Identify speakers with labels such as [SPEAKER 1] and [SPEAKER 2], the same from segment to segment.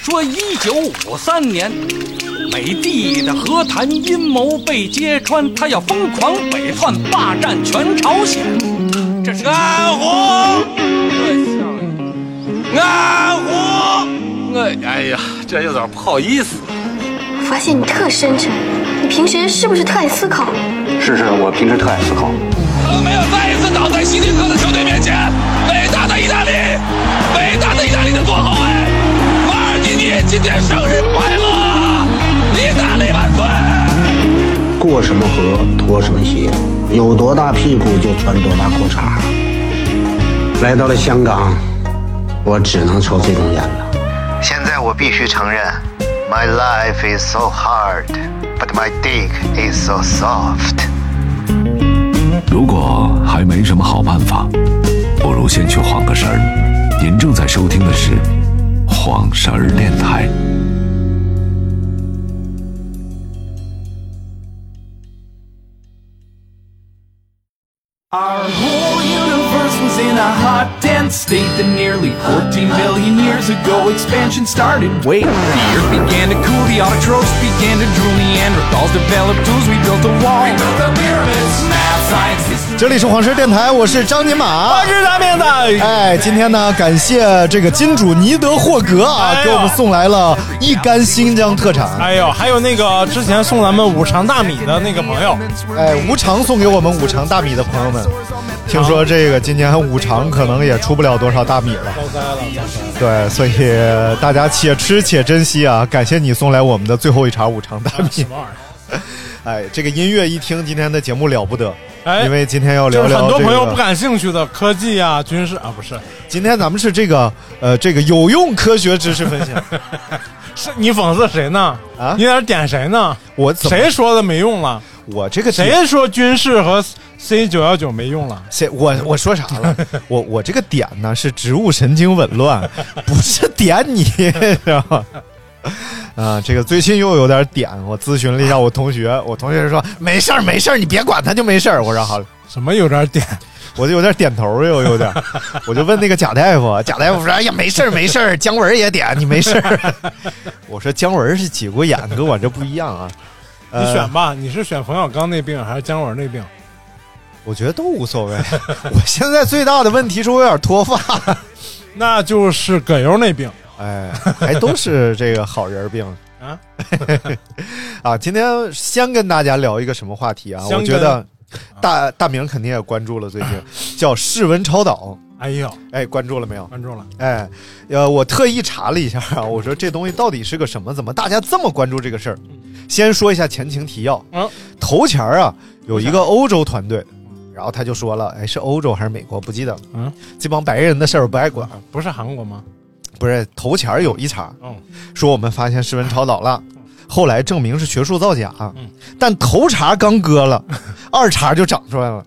[SPEAKER 1] 说一九五三年，美帝的和谈阴谋被揭穿，他要疯狂北窜，霸占全朝鲜。这是
[SPEAKER 2] 安红，安红，
[SPEAKER 1] 哎
[SPEAKER 2] 哎呀，这有点不好意思。
[SPEAKER 3] 发现你特深沉，你平时是不是特爱思考？
[SPEAKER 4] 是是，我平时特爱思考。
[SPEAKER 2] 他没有再一次倒在希丁克的球队面前。伟大的意大利，伟大的意大利的左后卫马尔蒂尼，今天生日快乐！意大利万岁！
[SPEAKER 5] 过什么河脱什么鞋，有多大屁股就穿多大裤衩。来到了香港，我只能抽这种烟了。
[SPEAKER 6] 现在我必须承认，My life is so hard, but my dick is so soft。
[SPEAKER 7] 如果还没什么好办法，不如先去晃个神儿。您正在收听的是《晃神儿电台》。
[SPEAKER 8] Our whole universe was in a hot, dense state that nearly 14 million years ago expansion started. Wait, the earth began to cool, the autotrophs began to drool, Neanderthals developed tools, we built a wall. We built the pyramids, math, science, history.
[SPEAKER 9] 这里是黄石电台，我是张金马。
[SPEAKER 8] 是大面子，
[SPEAKER 9] 哎，今天呢，感谢这个金主尼德霍格啊，
[SPEAKER 10] 哎呦
[SPEAKER 9] 给我们送来了一干新疆特产。
[SPEAKER 10] 哎呦，还有那个之前送咱们五常大米的那个朋友，
[SPEAKER 9] 哎，无偿送给我们五常大米的朋友们，听说这个今年五常可能也出不了多少大米了。对，所以大家且吃且珍惜啊！感谢你送来我们的最后一茬五常大 米。哎，这个音乐一听，今天的节目了不得，
[SPEAKER 10] 哎
[SPEAKER 9] 因为今天要
[SPEAKER 10] 就
[SPEAKER 9] 聊
[SPEAKER 10] 是
[SPEAKER 9] 聊、
[SPEAKER 10] 很
[SPEAKER 9] 这个、
[SPEAKER 10] 多朋友不感兴趣的科技啊、军事啊，不是，
[SPEAKER 9] 今天咱们是这个呃这个有用科学知识分享，
[SPEAKER 10] 是你讽刺谁呢？
[SPEAKER 9] 啊
[SPEAKER 10] 你在这点谁呢？
[SPEAKER 9] 我怎么
[SPEAKER 10] 谁说的没用了？
[SPEAKER 9] 我这个点
[SPEAKER 10] 谁说军事和 C 九幺九没用了？
[SPEAKER 9] 谁我我说啥 了？我我这个点呢是植物神经紊乱，不是点你， 知道吗？啊，这个最近又有点点，我咨询了一下我同学，我同学说没事儿没事儿，你别管他就没事儿。我说好，
[SPEAKER 10] 什么有点点？
[SPEAKER 9] 我就有点点头又有 点，我就问那个贾大夫，贾大夫说哎呀没事儿没事儿，姜文也点你没事 儿。我说姜文是挤过眼，跟我这不一样啊。
[SPEAKER 10] 你
[SPEAKER 9] 呃
[SPEAKER 10] 选吧，你是选冯小刚那病还是姜文那病？
[SPEAKER 9] 我觉得都无所谓。 我现在最大的问题是我有点脱发。
[SPEAKER 10] 那就是葛优那病。
[SPEAKER 9] 哎，还都是这个好人儿病
[SPEAKER 10] 啊
[SPEAKER 9] 啊！今天先跟大家聊一个什么话题啊？
[SPEAKER 10] 香
[SPEAKER 9] 我觉得大大明肯定也关注了，最近叫室温超导，
[SPEAKER 10] 哎呦，
[SPEAKER 9] 哎，关注了没有？
[SPEAKER 10] 关注了，
[SPEAKER 9] 哎，呃，我特意查了一下啊，我说这东西到底是个什么？怎么大家这么关注这个事儿？先说一下前情提要。
[SPEAKER 10] 嗯
[SPEAKER 9] 头前儿啊，有一个欧洲团队，然后他就说了，哎，是欧洲还是美国？不记得了。
[SPEAKER 10] 嗯，
[SPEAKER 9] 这帮白人的事儿我不爱管。
[SPEAKER 10] 啊不是韩国吗？
[SPEAKER 9] 不是头前儿有一茬，
[SPEAKER 10] 嗯
[SPEAKER 9] 说我们发现室温超导了，后来证明是学术造假，
[SPEAKER 10] 嗯
[SPEAKER 9] 但头茬刚割了，二茬就长出来了，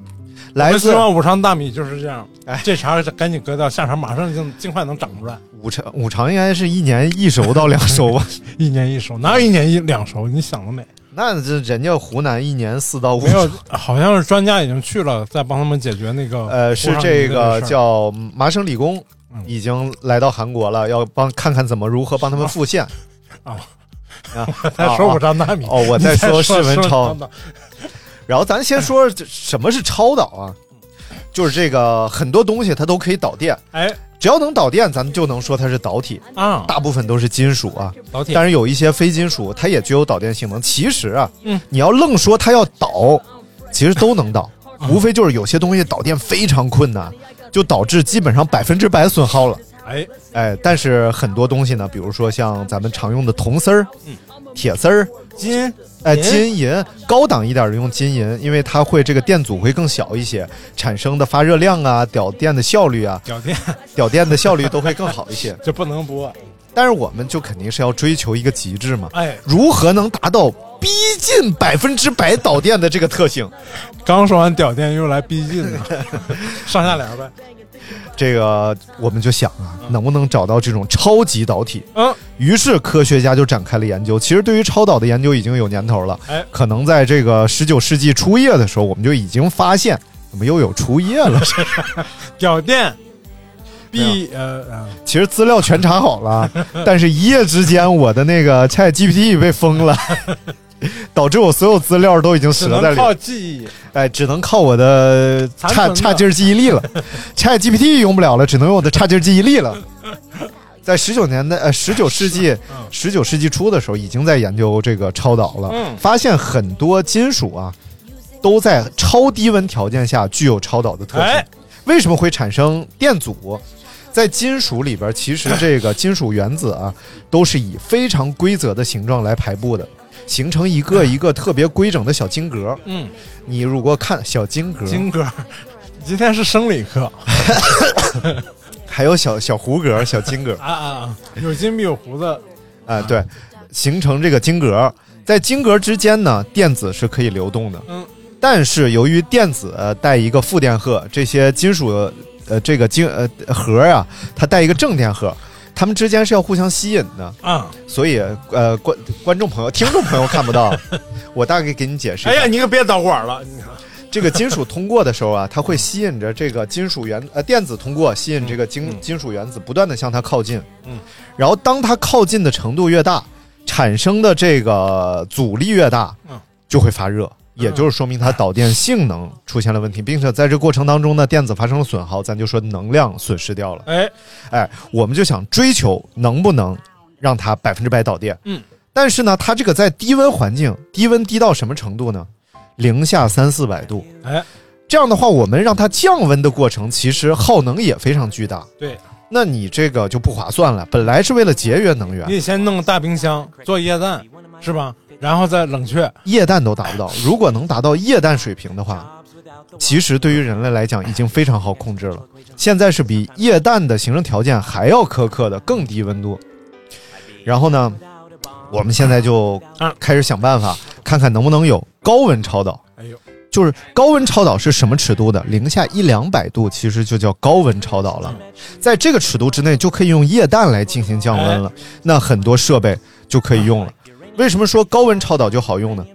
[SPEAKER 9] 来
[SPEAKER 10] 我
[SPEAKER 9] 自
[SPEAKER 10] 希望五常大米就是这样
[SPEAKER 9] 哎，
[SPEAKER 10] 这茬赶紧割掉，下茬马上就尽快能长出来。
[SPEAKER 9] 五常五常应该是一年一熟到两熟吧，
[SPEAKER 10] 一年一熟，哪有一年一两熟？你想得美！
[SPEAKER 9] 那这人家湖南一年四到五
[SPEAKER 10] 没有，好像是专家已经去了，在帮他们解决那 个
[SPEAKER 9] 呃，是
[SPEAKER 10] 工厂
[SPEAKER 9] 这
[SPEAKER 10] 里面
[SPEAKER 9] 个
[SPEAKER 10] 的事儿
[SPEAKER 9] 叫麻省理工
[SPEAKER 10] 嗯
[SPEAKER 9] 已经来到韩国了，要帮看看怎么如何帮他们复现。
[SPEAKER 10] 啊
[SPEAKER 9] 啊，
[SPEAKER 10] 在说
[SPEAKER 9] 啊
[SPEAKER 10] 五常大米
[SPEAKER 9] 哦我在
[SPEAKER 10] 你在
[SPEAKER 9] 说
[SPEAKER 10] 说
[SPEAKER 9] 施文超
[SPEAKER 10] 的
[SPEAKER 9] 然后咱先说这什么是超导啊？
[SPEAKER 10] 嗯
[SPEAKER 9] 就是这个很多东西它都可以导电，
[SPEAKER 10] 哎
[SPEAKER 9] 只要能导电，咱们就能说它是导体。
[SPEAKER 10] 啊，
[SPEAKER 9] 大部分都是金属啊，
[SPEAKER 10] 老铁
[SPEAKER 9] 但是有一些非金属，它也具有导电性能。其实啊，
[SPEAKER 10] 嗯
[SPEAKER 9] 你要愣说它要导，其实都能导，无非就是有些东西导电非常困难，就导致基本上百分之百损耗了。
[SPEAKER 10] 哎
[SPEAKER 9] 哎，但是很多东西呢，比如说像咱们常用的铜丝儿、铁丝儿、
[SPEAKER 10] 金
[SPEAKER 9] 哎，
[SPEAKER 10] 银
[SPEAKER 9] 金银高档一点的用金银，因为它会这个电阻会更小一些，产生的发热量啊、导电的效率啊、
[SPEAKER 10] 屌电
[SPEAKER 9] 导电的效率都会更好一些。
[SPEAKER 10] 就不能播
[SPEAKER 9] 但是我们就肯定是要追求一个极致嘛，
[SPEAKER 10] 哎。
[SPEAKER 9] 如何能达到逼近百分之百导电的这个特性？
[SPEAKER 10] 刚说完屌电又来逼近了， 上下联呗。
[SPEAKER 9] 这个我们就想啊，能不能找到这种超级导体？
[SPEAKER 10] 嗯，
[SPEAKER 9] 于是科学家就展开了研究。其实对于超导的研究已经有年头了，
[SPEAKER 10] 哎
[SPEAKER 9] 可能在这个十九世纪初叶的时候，我们就已经发现，怎么又有初叶了？
[SPEAKER 10] 屌电必
[SPEAKER 9] 哎
[SPEAKER 10] 呃，
[SPEAKER 9] 其实资料全查好了，但是一夜之间我的那个 Chat GPT 被封了，导致我所有资料都已经
[SPEAKER 10] 只
[SPEAKER 9] 折在
[SPEAKER 10] 能
[SPEAKER 9] 里。
[SPEAKER 10] 靠记忆。
[SPEAKER 9] 哎，只能靠我的
[SPEAKER 10] 残
[SPEAKER 9] 差
[SPEAKER 10] 存的
[SPEAKER 9] 差劲儿记忆力 了，Chat GPT 用不了了，只能用我的差劲儿记忆力了。在十九年代，呃，十九世纪，
[SPEAKER 10] 嗯
[SPEAKER 9] 十九世纪初的时候，已经在研究这个超导了，
[SPEAKER 10] 嗯
[SPEAKER 9] 发现很多金属啊，都在超低温条件下具有超导的特性。
[SPEAKER 10] 哎，
[SPEAKER 9] 为什么会产生电阻？在金属里边，其实这个金属原子啊，都是以非常规则的形状来排布的，形成一个一个特别规整的小晶格。
[SPEAKER 10] 嗯，
[SPEAKER 9] 你如果看小金格，
[SPEAKER 10] 金哥，今天是生理 课
[SPEAKER 9] 还有小小胡格、小金格
[SPEAKER 10] 啊啊，啊！有金必有胡子，
[SPEAKER 9] 啊，对，形成这个金格，在金格之间呢，电子是可以流动的。
[SPEAKER 10] 嗯，
[SPEAKER 9] 但是由于电子、呃带一个负电荷，这些金属呃这个金呃核呀、它带一个正电荷，它们之间是要互相吸引的。
[SPEAKER 10] 啊，
[SPEAKER 9] 所以呃观观众朋友、听众朋友看不 到，我大概给你解释一
[SPEAKER 10] 哎
[SPEAKER 9] 下。
[SPEAKER 10] 呀，你可别导管了，你看
[SPEAKER 9] 这个金属通过的时候啊，它会吸引着这个金属原呃电子通过吸引这个金、金属原子不断的向它靠近，
[SPEAKER 10] 嗯，
[SPEAKER 9] 然后当它靠近的程度越大，产生的这个阻力越大，
[SPEAKER 10] 嗯，
[SPEAKER 9] 就会发热，也就是说明它导电性能出现了问题，并且在这过程当中呢，电子发生了损耗，咱就说能量损失掉了。
[SPEAKER 10] 哎，
[SPEAKER 9] 哎，我们就想追求能不能让它百分之百导电。
[SPEAKER 10] 嗯，
[SPEAKER 9] 但是呢，它这个在低温环境，低温低到什么程度呢？零下三四百度。
[SPEAKER 10] 哎，
[SPEAKER 9] 这样的话，我们让它降温的过程，其实耗能也非常巨大。
[SPEAKER 10] 对，
[SPEAKER 9] 那你这个就不划算了。本来是为了节约能
[SPEAKER 10] 你
[SPEAKER 9] 源，
[SPEAKER 10] 得先弄个大冰箱做液氮，是吧？然后再冷却，
[SPEAKER 9] 液氮都达不到。如果能达到液氮水平的话，其实对于人类来讲已经非常好控制了。现在是比液氮的形成条件还要苛刻的更低温度。然后呢，我们现在就
[SPEAKER 10] 嗯
[SPEAKER 9] 开始想办法，看看能不能有高温超导。
[SPEAKER 10] 哎呦，
[SPEAKER 9] 就是高温超导是什么尺度的？零下一两百度其实就叫高温超导
[SPEAKER 10] 哎
[SPEAKER 9] 了，在这个尺度之内就可以用液氮来进行降温
[SPEAKER 10] 哎
[SPEAKER 9] 了，那很多设备就可以用了。为什么说高温超导就好用呢？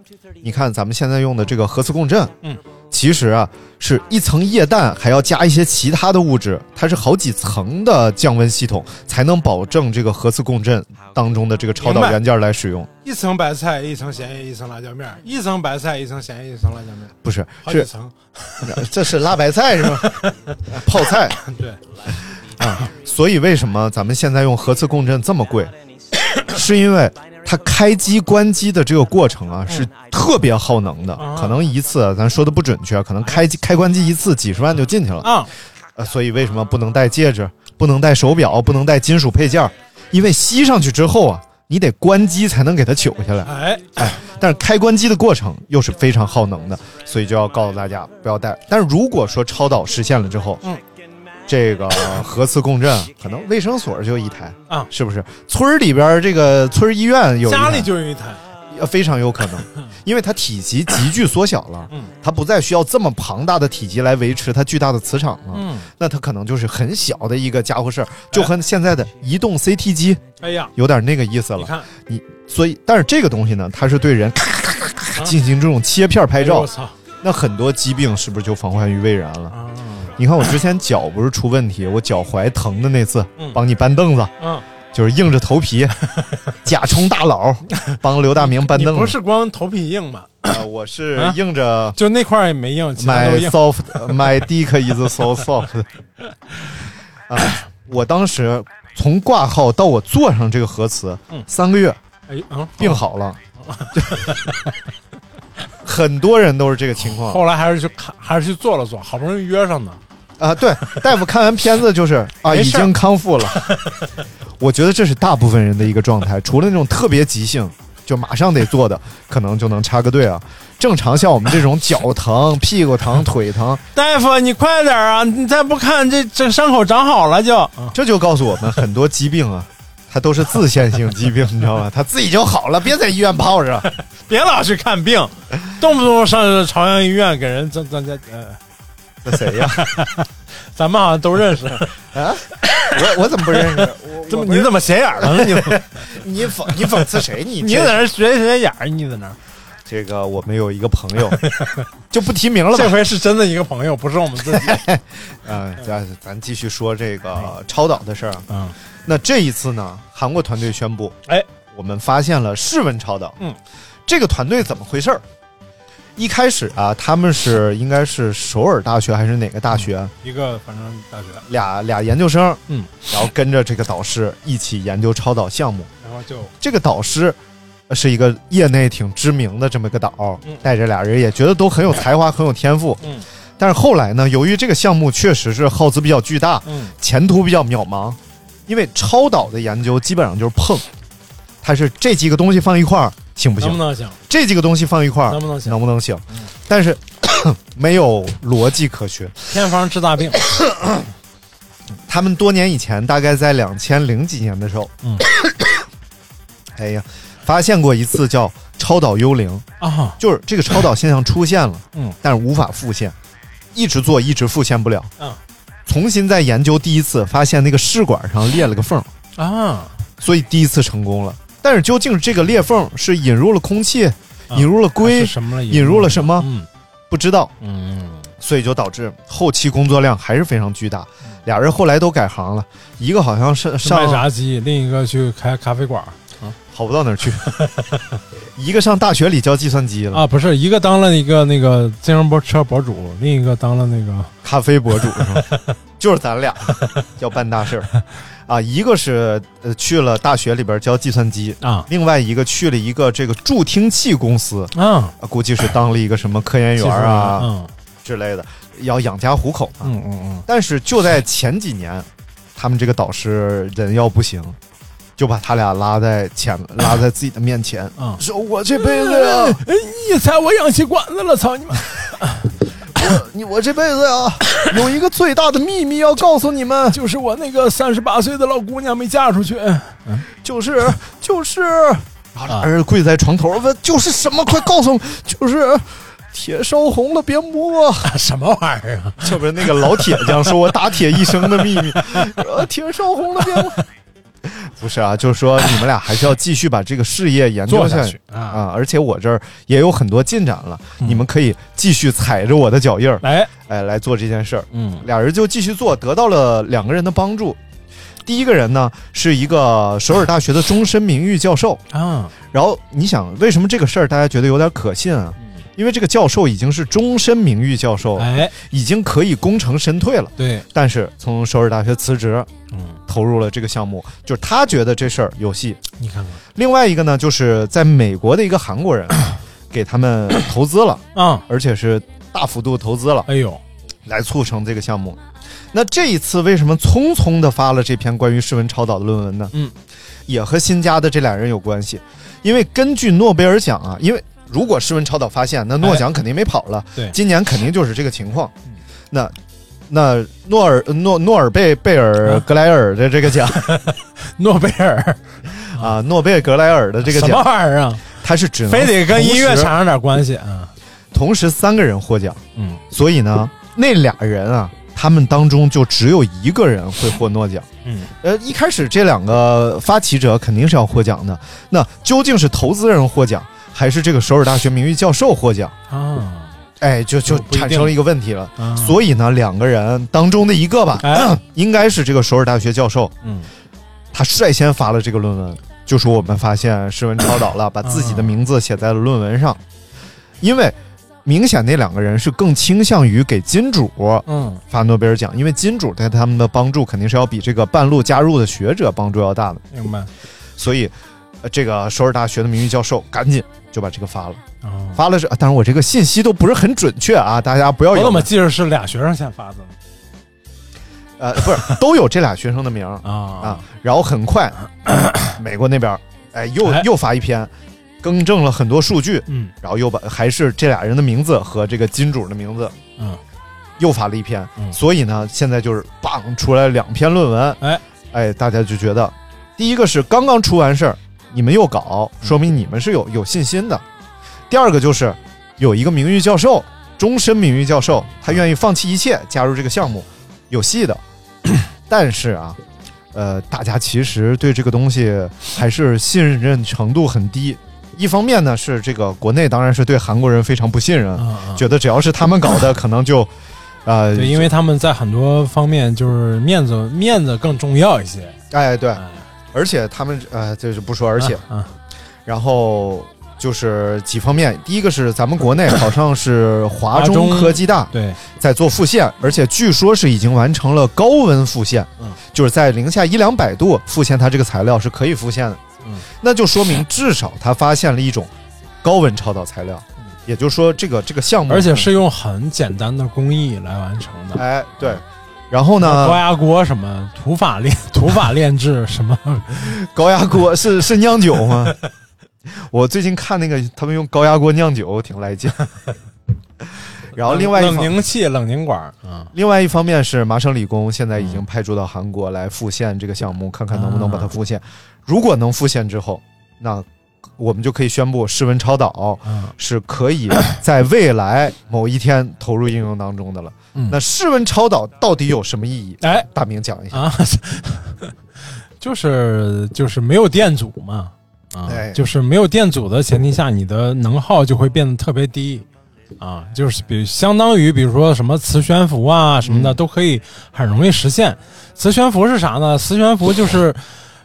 [SPEAKER 9] 你看咱们现在用的这个核磁共振，
[SPEAKER 10] 嗯，
[SPEAKER 9] 其实啊是一层液氮还要加一些其他的物质，它是好几层的降温系统才能保证这个核磁共振当中的这个超导
[SPEAKER 10] 明白
[SPEAKER 9] 元件来使用。
[SPEAKER 10] 一层白菜，一层咸叶，一层辣椒面儿，一层白菜，一层咸叶，一层辣椒面儿，
[SPEAKER 9] 不是，
[SPEAKER 10] 好几
[SPEAKER 9] 是
[SPEAKER 10] 层，
[SPEAKER 9] 这是辣白菜是吗？泡菜。
[SPEAKER 10] 对，
[SPEAKER 9] 所以为什么咱们现在用核磁共振这么贵？是因为它开机关机的这个过程啊，是特别耗能的，可能一次咱说的不准确，可能开机开关机一次几十万就进去了。
[SPEAKER 10] 啊，
[SPEAKER 9] 呃，所以为什么不能戴戒指，不能戴手表，不能戴金属配件儿？因为吸上去之后啊，你得关机才能给它取下来。
[SPEAKER 10] 哎，
[SPEAKER 9] 但是开关机的过程又是非常耗能的，所以就要告诉大家不要带。但是如果说超导实现了之后，
[SPEAKER 10] 嗯，
[SPEAKER 9] 这个核磁共振可能卫生所就一台
[SPEAKER 10] 啊
[SPEAKER 9] 是不是？村儿里边儿这个村儿医院有一台
[SPEAKER 10] 家里就有一台，
[SPEAKER 9] 呃非常有可 能，因为它体积急剧缩小了，
[SPEAKER 10] 嗯，
[SPEAKER 9] 它不再需要这么庞大的体积来维持它巨大的磁场了，
[SPEAKER 10] 嗯，
[SPEAKER 9] 那它可能就是很小的一个家伙事儿，就和现在的移动 CT 机
[SPEAKER 10] 哎呀，
[SPEAKER 9] 有点那个意思了
[SPEAKER 10] 你。看，
[SPEAKER 9] 你所以，但是这个东西呢，它是对人咔咔咔咔进行这种切片拍
[SPEAKER 10] 拍
[SPEAKER 9] 照
[SPEAKER 10] 啊哎我，操，
[SPEAKER 9] 那很多疾病是不是就防患于未然了？
[SPEAKER 10] 啊，
[SPEAKER 9] 你看我之前脚不是出问题，我脚踝疼的那次
[SPEAKER 10] 嗯，
[SPEAKER 9] 帮你搬凳子，
[SPEAKER 10] 嗯，
[SPEAKER 9] 就是硬着头 皮，假充大佬，帮刘大明搬
[SPEAKER 10] 你
[SPEAKER 9] 凳
[SPEAKER 10] 不
[SPEAKER 9] 子。
[SPEAKER 10] 是光头皮硬吧？
[SPEAKER 9] 呃我是
[SPEAKER 10] 啊
[SPEAKER 9] 硬着
[SPEAKER 10] 就那块儿也没硬，其他
[SPEAKER 9] My
[SPEAKER 10] 都硬。
[SPEAKER 9] soft, 呃 my dick is so soft。啊，我当时从挂号到我做上这个核磁，
[SPEAKER 10] 嗯
[SPEAKER 9] 三个月
[SPEAKER 10] 哎，嗯，
[SPEAKER 9] 病好了。 很多人都是这个情 况
[SPEAKER 10] 后来还是去看，还是去做了做，好不容易约上的。
[SPEAKER 9] 啊。对，大夫看完片子就是啊，
[SPEAKER 10] 没
[SPEAKER 9] 已
[SPEAKER 10] 事儿
[SPEAKER 9] 经康复了。 我觉得这是大部分人的一个状态，除了那种特别急性，就马上得做的，可能就能插个队啊。正常像我们这种脚疼、 屁股 疼、腿疼，
[SPEAKER 10] 大夫，你快点啊！你再不看，这这伤口长好了就。嗯
[SPEAKER 9] 这就告诉我们很多疾病啊，它都是自限性疾 病，你知道吧？它自己就好了，别在医院泡着。
[SPEAKER 10] 别老去看病， 动不动上朝阳医院给人增增加。呃，
[SPEAKER 9] 那谁呀？啊
[SPEAKER 10] 咱们好像都认识。
[SPEAKER 9] 我我怎么不认识？我
[SPEAKER 10] 怎么
[SPEAKER 9] 我不是
[SPEAKER 10] 你怎么斜眼儿了呢？ 你
[SPEAKER 9] 你讽你讽刺谁？你
[SPEAKER 10] 你
[SPEAKER 9] 这
[SPEAKER 10] 在那儿学斜眼儿？你在那儿？
[SPEAKER 9] 这个我们有一个朋友，就不提名了吧。
[SPEAKER 10] 这回是真的一个朋友，不是我们自己。
[SPEAKER 9] 嗯，咱咱继续说这个超导的事儿。
[SPEAKER 10] 哎
[SPEAKER 9] 啊
[SPEAKER 10] 嗯，
[SPEAKER 9] 那这一次呢，韩国团队宣布，
[SPEAKER 10] 哎，
[SPEAKER 9] 我们发现了室温超导。
[SPEAKER 10] 嗯，
[SPEAKER 9] 这个团队怎么回事儿？一开始啊，他们是应该是首尔大学还是哪个大学？
[SPEAKER 10] 一个反正大学，
[SPEAKER 9] 俩俩研究生，
[SPEAKER 10] 嗯，
[SPEAKER 9] 然后跟着这个导师一起研究超导项目。
[SPEAKER 10] 然后就
[SPEAKER 9] 这个导师呃是一个业内挺知名的这么一个导，带着俩人也觉得都很有才华，很有天赋。
[SPEAKER 10] 嗯，
[SPEAKER 9] 但是后来呢，由于这个项目确实是耗资比较巨大，
[SPEAKER 10] 嗯
[SPEAKER 9] 前途比较渺茫，因为超导的研究基本上就是碰，它是这几个东西放一块儿行不行？
[SPEAKER 10] 能不能行？
[SPEAKER 9] 这几个东西放一块儿
[SPEAKER 10] 能不能行嗯
[SPEAKER 9] 能不能行？但是 没有逻辑可循。
[SPEAKER 10] 偏方治大病，
[SPEAKER 9] 他们多年以前，大概在两千零几年的时候，
[SPEAKER 10] 嗯，
[SPEAKER 9] 哎呀，发现过一次叫超导幽灵
[SPEAKER 10] 啊，
[SPEAKER 9] 就是这个超导现象出现了，
[SPEAKER 10] 嗯，
[SPEAKER 9] 但是无法复现，一直做一直复现不了，
[SPEAKER 10] 嗯，
[SPEAKER 9] 重新再研究第一次，发现那个试管上裂了个缝，
[SPEAKER 10] 啊，
[SPEAKER 9] 所以第一次成功了。但是究竟这个裂缝是引入了空气，
[SPEAKER 10] 啊
[SPEAKER 9] 引入了
[SPEAKER 10] 还
[SPEAKER 9] 硅
[SPEAKER 10] 是，什么了？
[SPEAKER 9] 引入了什啊么
[SPEAKER 10] 嗯
[SPEAKER 9] 不知道，
[SPEAKER 10] 嗯，
[SPEAKER 9] 所以就导致后期工作量还是非常巨大。俩人后来都改行了，一个好像是
[SPEAKER 10] 是卖
[SPEAKER 9] 上嗯
[SPEAKER 10] 炸鸡，另一个去开咖啡馆
[SPEAKER 9] 好不到哪儿去。 一个上大学里教计算机了，
[SPEAKER 10] 啊，不是一个当了一个那个自行车博主，另一个当了那个
[SPEAKER 9] 咖啡博主是吧？ 就是咱俩要办大事儿啊！一个是呃去了大学里边教计算机，
[SPEAKER 10] 啊
[SPEAKER 9] 另外一个去了一个这个助听器公司，
[SPEAKER 10] 啊
[SPEAKER 9] 啊估计是当了一个什么科研
[SPEAKER 10] 技术
[SPEAKER 9] 员啊、
[SPEAKER 10] 嗯
[SPEAKER 9] 之类的，要养家糊口嘛。
[SPEAKER 10] 嗯嗯嗯，
[SPEAKER 9] 但是就在前几年，他们这个导师人要不行，就把他俩拉在前，拉在自己的面前，
[SPEAKER 10] 嗯
[SPEAKER 9] 说：“我这辈子啊呀、
[SPEAKER 10] 哎你猜我氧气管子了？操你妈！
[SPEAKER 9] 你我这辈子啊，有一个 最大的秘密要告诉你们，
[SPEAKER 10] 就是我那个三十八岁的老姑娘没嫁出去，哎
[SPEAKER 9] 就是就是，然后俩人跪在床头问，就是什么？快告诉我，就是铁烧红了别摸，啊
[SPEAKER 10] 什么玩意儿啊？
[SPEAKER 9] 这不是那个老铁匠说我打铁一生的秘密，呃，铁烧红了别摸。不是啊，就是说你们俩还是要继续把这个事业研究
[SPEAKER 10] 做下
[SPEAKER 9] 去
[SPEAKER 10] 去啊嗯
[SPEAKER 9] 啊！而且我这儿也有很多进展了，你们可以继续踩着我的脚印儿，
[SPEAKER 10] 来，
[SPEAKER 9] 哎，来做这件事儿。
[SPEAKER 10] 嗯
[SPEAKER 9] 俩人就继续做，得到了两个人的帮助。第一个人呢是一个首尔大学的终身名誉教授，
[SPEAKER 10] 啊，
[SPEAKER 9] 然后你想为什么这个事儿大家觉得有点可信啊？因为这个教授已经是终身名誉教授，
[SPEAKER 10] 嗯哎，
[SPEAKER 9] 已经可以功成身退了，
[SPEAKER 10] 对，
[SPEAKER 9] 但是从首尔大学辞职，
[SPEAKER 10] 嗯，
[SPEAKER 9] 投入了这个项目，就是他觉得这事儿有戏。
[SPEAKER 10] 你看
[SPEAKER 9] 另外一个呢，就是在美国的一个韩国人给他们投资了，
[SPEAKER 10] 看啊，
[SPEAKER 9] 而且是大幅度投资了。
[SPEAKER 10] 哎呦，
[SPEAKER 9] 来促成这个项目。那这一次为什么匆匆的发了这篇关于诗文超导的论文呢？
[SPEAKER 10] 嗯，
[SPEAKER 9] 也和新加的这俩人有关系，因为根据诺贝尔奖啊，因为如果诗文超导发现，啊那诺奖肯定没跑了，
[SPEAKER 10] 哎对嗯
[SPEAKER 9] 今年肯定就是这个情况。那那诺尔诺诺尔贝贝
[SPEAKER 10] 啊
[SPEAKER 9] 尔格莱尔的这个 奖
[SPEAKER 10] 诺贝尔
[SPEAKER 9] 啊，诺贝尔格莱尔的 这个
[SPEAKER 10] 什么
[SPEAKER 9] 奖，
[SPEAKER 10] 玩意儿啊？
[SPEAKER 9] 它是只能
[SPEAKER 10] 非得跟音乐
[SPEAKER 9] 同时
[SPEAKER 10] 产生点关系啊？
[SPEAKER 9] 同时三个人获奖，
[SPEAKER 10] 嗯，
[SPEAKER 9] 所以呢，那俩人啊，他们当中就只有一个人会获诺奖。
[SPEAKER 10] 嗯，
[SPEAKER 9] 呃，一开始这两个发起者肯定是要获奖的。那究竟是投资人获奖，还是这个首尔大学名誉教授获奖？
[SPEAKER 10] 啊，
[SPEAKER 9] 哎，就就
[SPEAKER 10] 就不一定
[SPEAKER 9] 产生了一个问题了。
[SPEAKER 10] 啊
[SPEAKER 9] 嗯所以呢，两个人当中的一个吧，
[SPEAKER 10] 哎
[SPEAKER 9] 应该是这个首尔大学教授，
[SPEAKER 10] 嗯，
[SPEAKER 9] 他率先发了这个论文，就说我们发现诗文超导了，把自己的名字写在了论文上，因为明显那两个人是更倾向于给金主
[SPEAKER 10] 嗯，
[SPEAKER 9] 发诺贝尔奖，因为金主对他们的帮助肯定是要比这个半路加入的学者帮助要大的，
[SPEAKER 10] 明白。
[SPEAKER 9] 所以，呃，这个首尔大学的名誉教授赶紧就把这个发了，
[SPEAKER 10] 啊，
[SPEAKER 9] 发了是，啊当然我这个信息都不是很准确啊，大家不要
[SPEAKER 10] 我
[SPEAKER 9] 有
[SPEAKER 10] 怎么记着是俩学生先发的呢？
[SPEAKER 9] 呃不是都有这俩学生的名儿
[SPEAKER 10] 啊
[SPEAKER 9] 啊，然后很快， 美国那边儿哎又
[SPEAKER 10] 哎
[SPEAKER 9] 又发一篇，更正了很多数据，
[SPEAKER 10] 嗯
[SPEAKER 9] 然后又把还是这俩人的名字和这个金主的名字
[SPEAKER 10] 嗯，
[SPEAKER 9] 又发了一篇，
[SPEAKER 10] 嗯
[SPEAKER 9] 所以呢，现在就是棒出来两篇论文，
[SPEAKER 10] 哎
[SPEAKER 9] 哎，大家就觉得，第一个是刚刚出完事儿，你们又搞，
[SPEAKER 10] 嗯
[SPEAKER 9] 说明你们是有有信心的；第二个就是有一个名誉教授，终身名誉教授，他愿意放弃一切加入这个项目，有戏 的。但是啊，呃，大家其实对这个东西还是信任程度很低，一方面呢是这个国内当然是对韩国人非常不信任，觉得只要是他们搞的，可能 就，呃，
[SPEAKER 10] 嗯啊对，因为他们在很多方面就是面子面子更重要一些。
[SPEAKER 9] 哎对，而且他们呃就是不说，而且，
[SPEAKER 10] 啊，
[SPEAKER 9] 然后就是几方面，第一个是咱们国内好像是华
[SPEAKER 10] 华中
[SPEAKER 9] 中科技大
[SPEAKER 10] 对，
[SPEAKER 9] 在做复线，而且据说是已经完成了高温复线，
[SPEAKER 10] 嗯
[SPEAKER 9] 就是在零下一两百度复线它这个材料是可以复线的，
[SPEAKER 10] 嗯
[SPEAKER 9] 那就说明至少它发现了一种高温超导材料，也就是说这个这个项目，
[SPEAKER 10] 嗯而且是用很简单的工艺来完成的。
[SPEAKER 9] 哎对，然后呢
[SPEAKER 10] 高压锅什么土法炼土法炼制什 么，
[SPEAKER 9] 高压锅是是酿酒吗？ 我最近看那个他们用高压锅酿酒挺来 劲，然后另外一
[SPEAKER 10] 冷
[SPEAKER 9] 方
[SPEAKER 10] 凝器、冷凝管，嗯，
[SPEAKER 9] 另外一方面是麻省理工现在已经派驻到韩国来复现这个项目，看看能不能把
[SPEAKER 10] 啊
[SPEAKER 9] 它复现。如果能复现之后，那我们就可以宣布室温超导
[SPEAKER 10] 嗯
[SPEAKER 9] 是可以在未来某一天投入应用当中的了。
[SPEAKER 10] 嗯
[SPEAKER 9] 那室温超导到底有什么意义？
[SPEAKER 10] 哎
[SPEAKER 9] 大明讲一下。
[SPEAKER 10] 啊， 就是就是没有电阻嘛，啊，
[SPEAKER 9] 哎
[SPEAKER 10] 就是没有电阻的前提下，你的能耗就会变得特别低。啊，就是比如相当于，比如说什么磁悬浮啊什么的，都可以很容易实现。磁悬浮是啥呢？磁悬浮就是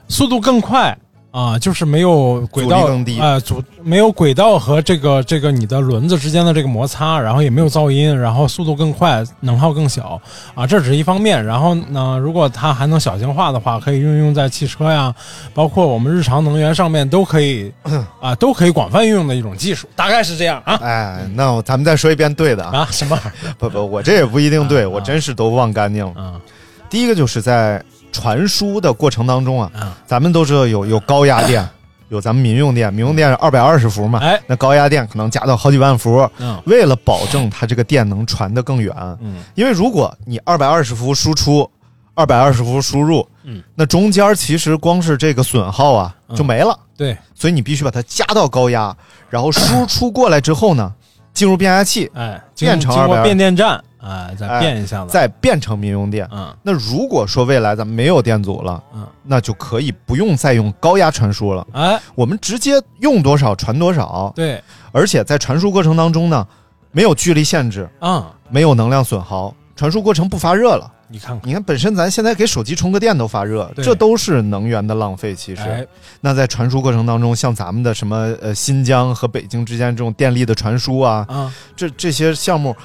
[SPEAKER 10] 速度更快啊，就是没有轨道
[SPEAKER 9] 阻力更低
[SPEAKER 10] 啊、阻没有轨道和这个这个你的轮子之间的这个摩擦，然后也没有噪音，然后速度更快，能耗更小啊，这只是一方面。然后呢，如果它还能小型化的话，可以运用在汽车呀，包括我们日常能源上面都 可以啊，都可以广泛运用的一种技术，大概是这样啊
[SPEAKER 9] 哎，那我咱们再说一遍对的啊！
[SPEAKER 10] 啊 什么玩意
[SPEAKER 9] 不不，我这也不一定对，
[SPEAKER 10] 啊
[SPEAKER 9] 我真是都忘干净了。
[SPEAKER 10] 儿啊
[SPEAKER 9] 第一个就是在传输的过程当中啊，
[SPEAKER 10] 啊
[SPEAKER 9] 咱们都知道有有高压 电，有咱们民用电，民用电是二百二十伏嘛，
[SPEAKER 10] 嗯哎
[SPEAKER 9] 那高压电可能加到好几万伏。
[SPEAKER 10] 嗯
[SPEAKER 9] 为了保证它这个电能传得更远，
[SPEAKER 10] 嗯
[SPEAKER 9] 因为如果你二百二十伏输出，二百二十伏输入，
[SPEAKER 10] 嗯，
[SPEAKER 9] 那中间其实光是这个损耗啊
[SPEAKER 10] 嗯
[SPEAKER 9] 就没了，
[SPEAKER 10] 对
[SPEAKER 9] 所以你必须把它加到高压，然后输出过来之后呢，进入变压器，
[SPEAKER 10] 哎经
[SPEAKER 9] 变成
[SPEAKER 10] 经过
[SPEAKER 9] 220
[SPEAKER 10] 变电站哎再
[SPEAKER 9] 哎
[SPEAKER 10] 变一下子
[SPEAKER 9] 再变成民用电。
[SPEAKER 10] 嗯
[SPEAKER 9] 那如果说未来咱们没有电阻了，
[SPEAKER 10] 嗯
[SPEAKER 9] 那就可以不用再用高压传输了，
[SPEAKER 10] 哎
[SPEAKER 9] 我们直接用多少传多少，
[SPEAKER 10] 对
[SPEAKER 9] 而且在传输过程当中呢，没有距离限制，
[SPEAKER 10] 啊
[SPEAKER 9] 没有能量损耗，传输过程不发热了。
[SPEAKER 10] 你看看
[SPEAKER 9] 你看，本身咱现在给手机充个电都发热，
[SPEAKER 10] 对
[SPEAKER 9] 这都是能源的浪费。其实，
[SPEAKER 10] 哎
[SPEAKER 9] 那在传输过程当中，像咱们的什么呃新疆和北京之间这种电力的传输啊，
[SPEAKER 10] 啊
[SPEAKER 9] 这这些项目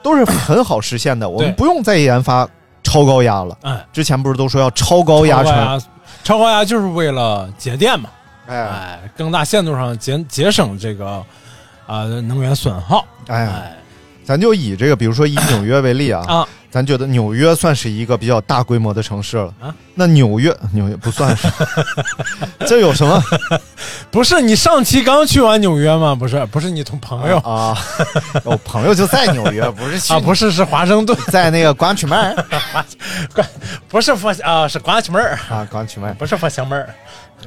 [SPEAKER 9] 都是很好实现的，我们
[SPEAKER 10] 对
[SPEAKER 9] 不用再研发超高压了。
[SPEAKER 10] 哎
[SPEAKER 9] 之前不是都说要超高压传？
[SPEAKER 10] 超高压就是为了节电嘛
[SPEAKER 9] 哎
[SPEAKER 10] 哎更大限度上节节省这个啊能源损耗
[SPEAKER 9] 哎，
[SPEAKER 10] 哎
[SPEAKER 9] 咱就以这个，比如说以纽约为例啊，
[SPEAKER 10] 啊
[SPEAKER 9] 咱觉得纽约算是一个比较大规模的城市了。
[SPEAKER 10] 啊
[SPEAKER 9] 那纽约，纽约不算 是，这有什么
[SPEAKER 10] 不是你上期刚去完纽约吗？不是不是你同朋友
[SPEAKER 9] 啊？我朋友就在纽约，不是去
[SPEAKER 10] 啊不是是华盛顿
[SPEAKER 9] 在那个广曲门儿
[SPEAKER 10] 关不是佛啊是瓜曲门儿
[SPEAKER 9] 啊，广曲门儿。
[SPEAKER 10] 不是佛香门儿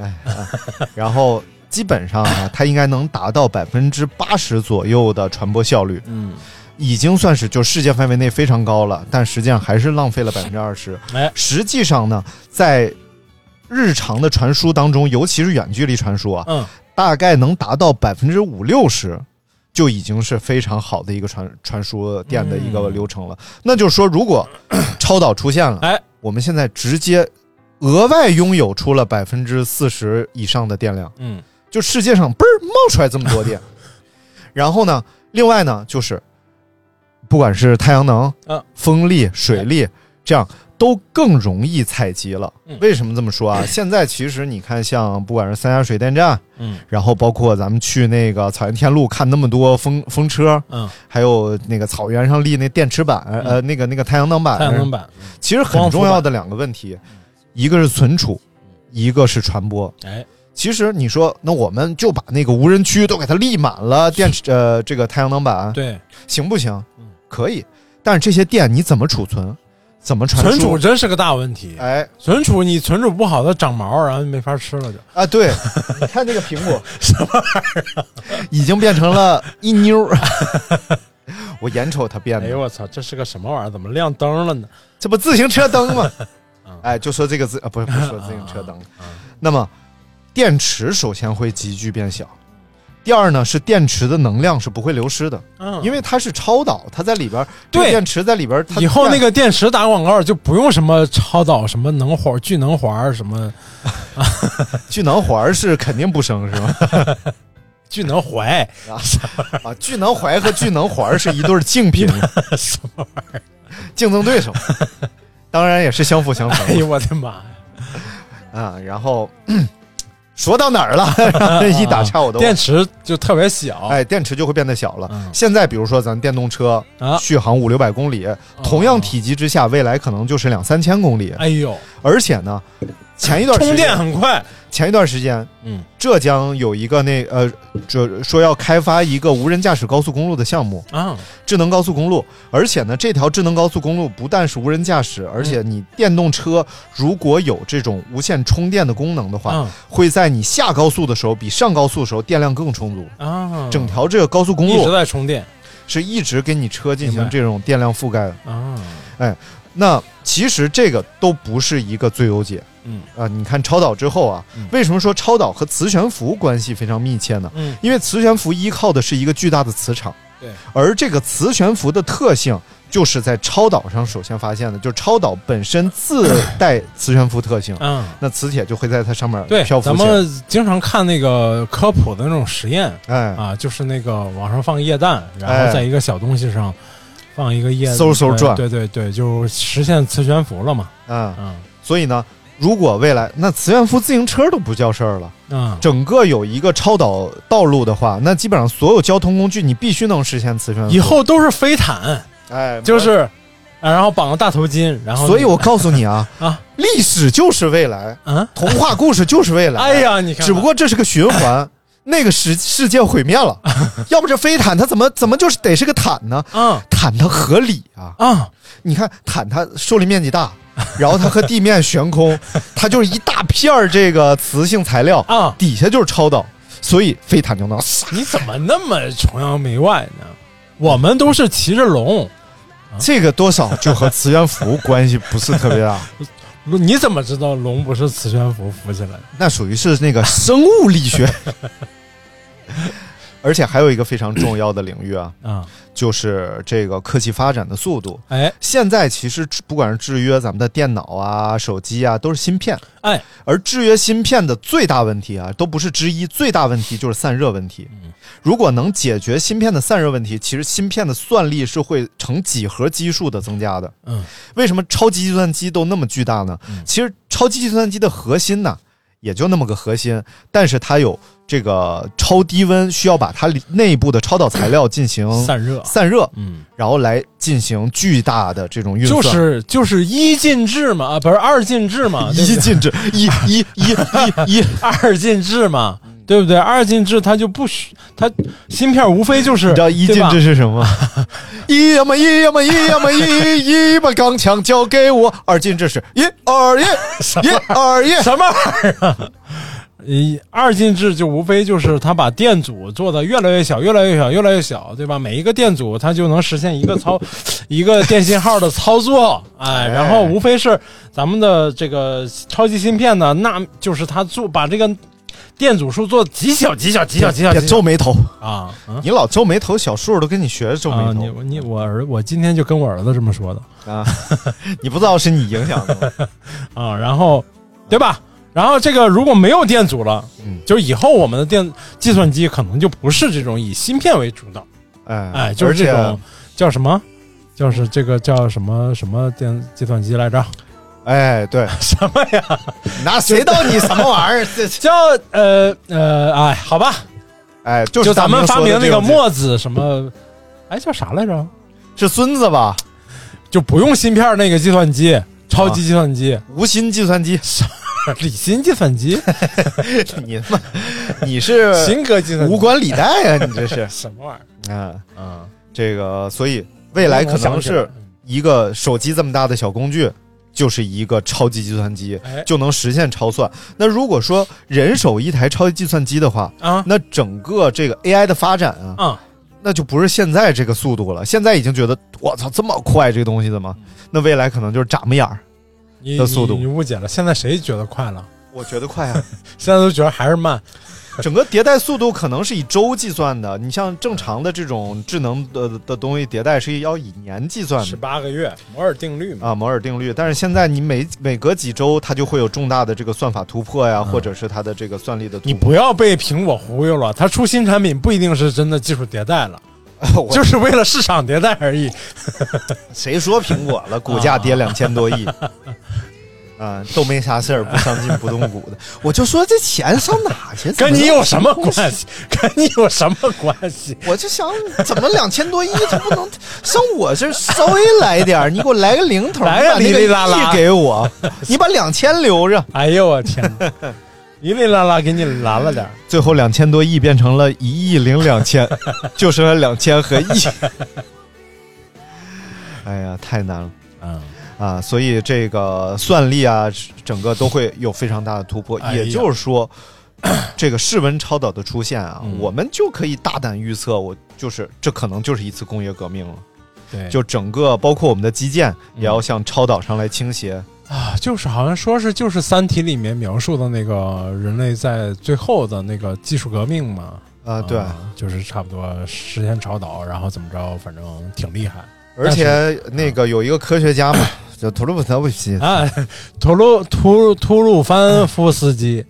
[SPEAKER 9] 哎，啊然后基本上啊，它应该能达到百分之八十左右的传播效率，
[SPEAKER 10] 嗯
[SPEAKER 9] 已经算是就世界范围内非常高了，但实际上还是浪费了百分之二十。
[SPEAKER 10] 哎
[SPEAKER 9] 实际上呢，在日常的传输当中，尤其是远距离传输啊，
[SPEAKER 10] 嗯
[SPEAKER 9] 大概能达到百分之五六十，就已经是非常好的一个传传输电的一个流程了。
[SPEAKER 10] 嗯
[SPEAKER 9] 那就是说，如 果超导出现了，
[SPEAKER 10] 哎
[SPEAKER 9] 我们现在直接额外拥有出了百分之四十以上的电量，
[SPEAKER 10] 嗯
[SPEAKER 9] 就世界上嘣儿冒出来这么多 电。然后呢，另外呢，就是不管是太阳能、
[SPEAKER 10] 嗯
[SPEAKER 9] 风力、水力，这样都更容易采集了
[SPEAKER 10] 嗯。
[SPEAKER 9] 为什么这么说啊？ 现在其实你看，像不管是三峡水电站，
[SPEAKER 10] 嗯
[SPEAKER 9] 然后包括咱们去那个草原天路看那么多风风车，
[SPEAKER 10] 嗯
[SPEAKER 9] 还有那个草原上立那电池板，呃，那个那个太阳能板，
[SPEAKER 10] 太阳能板嗯
[SPEAKER 9] 其实很重要的两个问题，一个是存储，一个是传播。
[SPEAKER 10] 哎
[SPEAKER 9] 其实你说，那我们就把那个无人区都给它立满了电池，呃，这个太阳能板，
[SPEAKER 10] 对
[SPEAKER 9] 行不行？可以，但是这些电你怎么储存？怎么传输？
[SPEAKER 10] 存储真是个大问题
[SPEAKER 9] 哎
[SPEAKER 10] 存储你存储不好它长毛然后就没法吃了就
[SPEAKER 9] 啊，对，你看这个苹果 什么玩意儿，已经变成了一妞儿。 我眼瞅它变
[SPEAKER 10] 哎
[SPEAKER 9] 的，
[SPEAKER 10] 呦我操这是个什么玩意儿怎么亮灯了呢
[SPEAKER 9] 这不自行车灯 吗？哎，就说这个自啊，不是不是说自行车灯。那么，电池首先会急剧变小，第二呢是电池的能量是不会流失的，
[SPEAKER 10] 嗯
[SPEAKER 9] 因为它是超导，它在里边儿，
[SPEAKER 10] 对
[SPEAKER 9] 这个电池在里边儿，它
[SPEAKER 10] 以后那个电池打广告就不用什么超导、什么能环、聚能环、什么
[SPEAKER 9] 聚能环是肯定不生是吧？
[SPEAKER 10] 聚能怀，
[SPEAKER 9] 啊，聚能环和聚能环是一对儿竞品，
[SPEAKER 10] 什么玩意儿？
[SPEAKER 9] 竞争 对手，当然也是相辅相
[SPEAKER 10] 哎
[SPEAKER 9] 成
[SPEAKER 10] 呦我的妈呀！
[SPEAKER 9] 啊。然后 说到哪儿了？ 一打岔我都忘了
[SPEAKER 10] 电池就特别小，
[SPEAKER 9] 哎，电池就会变得小了。
[SPEAKER 10] 嗯
[SPEAKER 9] 现在比如说咱电动车、
[SPEAKER 10] 啊哦
[SPEAKER 9] 续航五六百公里，同样体积之下，未来可能就是两三千公里。
[SPEAKER 10] 哎呦，
[SPEAKER 9] 而且呢，前一段时
[SPEAKER 10] 充电
[SPEAKER 9] 间，
[SPEAKER 10] 很快，
[SPEAKER 9] 前一段时间，
[SPEAKER 10] 嗯，
[SPEAKER 9] 浙江有一个那呃，这说要开发一个无人驾驶高速公路的项目，
[SPEAKER 10] 啊，
[SPEAKER 9] 智能高速公路。而且呢，这条智能高速公路不但是无人驾驶，而
[SPEAKER 10] 嗯
[SPEAKER 9] 且你电动车如果有这种无线充电的功能的话，
[SPEAKER 10] 嗯
[SPEAKER 9] 会在你下高速的时候比上高速的时候电量更充足。
[SPEAKER 10] 啊，
[SPEAKER 9] 整条这个高速公
[SPEAKER 10] 一
[SPEAKER 9] 路
[SPEAKER 10] 直在充电
[SPEAKER 9] 是一直给你车进
[SPEAKER 10] 明
[SPEAKER 9] 行
[SPEAKER 10] 白
[SPEAKER 9] 这种电量覆盖的。
[SPEAKER 10] 啊，
[SPEAKER 9] 那其实这个都不是一个最优解。
[SPEAKER 10] 嗯
[SPEAKER 9] 啊、你看超导之后啊，
[SPEAKER 10] 嗯
[SPEAKER 9] 为什么说超导和磁悬浮关系非常密切呢？
[SPEAKER 10] 嗯
[SPEAKER 9] 因为磁悬浮依靠的是一个巨大的磁场，
[SPEAKER 10] 对，
[SPEAKER 9] 而这个磁悬浮的特性就是在超导上首先发现的，就是超导本身自带磁悬浮特性，
[SPEAKER 10] 嗯，
[SPEAKER 9] 那磁铁就会在它上面
[SPEAKER 10] 对
[SPEAKER 9] 漂，浮
[SPEAKER 10] 咱
[SPEAKER 9] 起来。
[SPEAKER 10] 们经常看那个科普的那种实验
[SPEAKER 9] 哎，
[SPEAKER 10] 啊，就是那个网上放液氮，然
[SPEAKER 9] 哎
[SPEAKER 10] 后在一个小东西上放一个液，
[SPEAKER 9] 嗖嗖
[SPEAKER 10] 对
[SPEAKER 9] 转
[SPEAKER 10] 对对对，就实现磁悬浮了嘛，
[SPEAKER 9] 嗯，
[SPEAKER 10] 嗯
[SPEAKER 9] 所以呢，如果未来那磁悬浮自行车都不叫事儿了。
[SPEAKER 10] 嗯，
[SPEAKER 9] 整个有一个超导道路的话，那基本上所有交通工具你必须能实现磁悬浮。
[SPEAKER 10] 以后都是飞毯，
[SPEAKER 9] 哎，
[SPEAKER 10] 就是，啊然后绑个大头巾，然后
[SPEAKER 9] 所以 我告诉你啊，
[SPEAKER 10] 啊
[SPEAKER 9] 历史就是未 来，
[SPEAKER 10] 啊，
[SPEAKER 9] 童话故事就是未来。
[SPEAKER 10] 哎，呀，你看看，
[SPEAKER 9] 只不过这是个循 环。那个世世界毁灭 了，要不这飞毯它怎么怎么就是得是个毯呢？
[SPEAKER 10] 嗯
[SPEAKER 9] 毯它合理啊！
[SPEAKER 10] 啊，
[SPEAKER 9] 你看毯它受力面积 大，然后它和地面悬空，它就是一大片儿这个磁性材料
[SPEAKER 10] 啊
[SPEAKER 9] 底下就是超导，所以飞毯就能
[SPEAKER 10] 你怎么那么崇洋媚外呢？我们都是骑着龙，
[SPEAKER 9] 这个多少就和磁悬浮关系不是特别大，
[SPEAKER 10] 你怎么知道龙不是磁悬浮浮起来的？
[SPEAKER 9] 那属于是那个生物力学。 而且还有一个非常重要的领域啊，
[SPEAKER 10] 啊，
[SPEAKER 9] 就是这个科技发展的速度。
[SPEAKER 10] 哎
[SPEAKER 9] 现在其实制不管是制约咱们的电脑啊、手机啊，都是芯片。
[SPEAKER 10] 哎，
[SPEAKER 9] 而制约芯片的最大问题啊，都不是之一，最大问题就是散热问题。
[SPEAKER 10] 嗯
[SPEAKER 9] 如果能解决芯片的散热问题，其实芯片的算力是会成几何级数的增加的。
[SPEAKER 10] 嗯，
[SPEAKER 9] 为什么超级计算机都那么巨大呢？其实超级计算机的核心呢，也就那么个核心，但是它有这个超低温，需要把它里内部的超导材料进行
[SPEAKER 10] 散热
[SPEAKER 9] 散热，
[SPEAKER 10] 嗯，
[SPEAKER 9] 然后来进行巨大的这种运算。
[SPEAKER 10] 就是就是一进制嘛，啊，不是二进制嘛，对不
[SPEAKER 9] 一
[SPEAKER 10] 对
[SPEAKER 9] 进制，一一一一一，
[SPEAKER 10] 二进制嘛，对不对？二进制它就不需它芯片无非就是
[SPEAKER 9] 你知道一进制
[SPEAKER 10] 对吧
[SPEAKER 9] 是什么吗？ 一呀么一呀么一呀么一一把钢枪交给我。二进制是一二一一二一，
[SPEAKER 10] 什么玩意儿啊？一二进制就无非就是它把电阻做的越来越小，越来越小，越来越小，对吧？每一个电阻它就能实现一个操 一个电信号的操作，哎，然后无非是咱们的这个超级芯片呢，那就是它做把这个电阻数做极小、极小、极小、极小、
[SPEAKER 9] 别
[SPEAKER 10] 极小
[SPEAKER 9] 皱眉头，
[SPEAKER 10] 啊啊！
[SPEAKER 9] 你老皱眉头，小树都跟你学着皱
[SPEAKER 10] 啊，
[SPEAKER 9] 眉
[SPEAKER 10] 你
[SPEAKER 9] 头
[SPEAKER 10] 你我儿我今天就跟我儿子这么说的
[SPEAKER 9] 啊！你不知道是你影响 的吗？
[SPEAKER 10] 啊，然后对吧？然后这个如果没有电阻了，
[SPEAKER 9] 嗯
[SPEAKER 10] 就是以后我们的电计算机可能就不是这种以芯片为主导，
[SPEAKER 9] 哎
[SPEAKER 10] 哎，就是
[SPEAKER 9] 而且
[SPEAKER 10] 这种叫什么，就是这个叫什么什么电计算机来着？
[SPEAKER 9] 哎，对，
[SPEAKER 10] 什么呀？
[SPEAKER 9] 那谁道你什么玩意 儿？这
[SPEAKER 10] 叫呃呃，哎，好吧，
[SPEAKER 9] 哎，就
[SPEAKER 10] 就是咱们
[SPEAKER 9] 大
[SPEAKER 10] 发
[SPEAKER 9] 明说
[SPEAKER 10] 明
[SPEAKER 9] 的
[SPEAKER 10] 那
[SPEAKER 9] 这
[SPEAKER 10] 个
[SPEAKER 9] 种
[SPEAKER 10] 墨子什么，哎，叫啥来着？
[SPEAKER 9] 是孙子吧？
[SPEAKER 10] 就不用芯片那个计算机，超级计算 机，
[SPEAKER 9] 无心计算机，
[SPEAKER 10] 李鑫计 算机，
[SPEAKER 9] 你他妈，你是
[SPEAKER 10] 秦格计算机
[SPEAKER 9] 无，关礼带啊！你这是
[SPEAKER 10] 什么玩意
[SPEAKER 9] 啊，
[SPEAKER 10] 儿啊？
[SPEAKER 9] 这个，所以未来嗯可能是一个手机这么大的小工具，就是一个超级计算机
[SPEAKER 10] 哎，
[SPEAKER 9] 就能实现超算。那如果说人手一台超级计算机的话，
[SPEAKER 10] 啊
[SPEAKER 9] 那整个这个 AI 的发展啊，
[SPEAKER 10] 啊，
[SPEAKER 9] 那就不是现在这个速度了。现在已经觉得我操这么快这个东西的吗？那未来可能就是眨巴眼儿。
[SPEAKER 10] 你
[SPEAKER 9] 的速度
[SPEAKER 10] 你你误解了。现在谁觉得快了？
[SPEAKER 9] 我觉得快啊！
[SPEAKER 10] 现在都觉得还是慢。
[SPEAKER 9] 整个迭代速度可能是以周计算的，你像正常的这种智能的的东西迭代是要以年计算
[SPEAKER 10] 十
[SPEAKER 9] 的
[SPEAKER 10] 八个月摩尔定律嘛，
[SPEAKER 9] 啊，摩尔定律。但是现在你每每隔几周，它就会有重大的这个算法突破呀，或者是它的这个算力的突
[SPEAKER 10] 嗯你不要被苹果忽悠了，它出新产品不一定是真的技术迭代了，
[SPEAKER 9] 破。
[SPEAKER 10] 就是是为了市场迭代而已。
[SPEAKER 9] 谁说苹果了，股价跌两千多 亿。啊，都没啥事儿，不上进不动股的，我就说这钱上哪去？怎么
[SPEAKER 10] 跟你有什么关系？跟你有什么关系？
[SPEAKER 9] 我就想，怎么两千多亿就不能上我这儿稍微来点儿？你给我来个零头，
[SPEAKER 10] 来个
[SPEAKER 9] 你把
[SPEAKER 10] 哩哩
[SPEAKER 9] 那
[SPEAKER 10] 啦啦
[SPEAKER 9] 个亿给 我，你把两千留着。
[SPEAKER 10] 哎呦我天哪！ 哩哩啦啦给你拦了点儿，
[SPEAKER 9] 最后两千多亿变成了一亿零两千， 就剩下两千和亿。 哎呀，太难了
[SPEAKER 10] 嗯，
[SPEAKER 9] 啊！所以这个算力啊，整个都会有非常大的突破。
[SPEAKER 10] 哎呀
[SPEAKER 9] 也就是说， 这个室温超导的出现啊，
[SPEAKER 10] 嗯
[SPEAKER 9] 我们就可以大胆预测，我就是这可能就是一次工业革命了。
[SPEAKER 10] 对，
[SPEAKER 9] 就整个包括我们的基建也
[SPEAKER 10] 嗯
[SPEAKER 9] 要向超导上来倾斜。
[SPEAKER 10] 啊，就是好像说是就是《三体》里面描述的那个人类在最后的那个技术革命嘛，
[SPEAKER 9] 啊，对，
[SPEAKER 10] 嗯就是差不多实现超导，然后怎么着，反正挺厉害
[SPEAKER 9] 而且那个有一个科学家 嘛，叫图鲁普特维奇，
[SPEAKER 10] 啊。吐鲁吐吐鲁番夫斯基，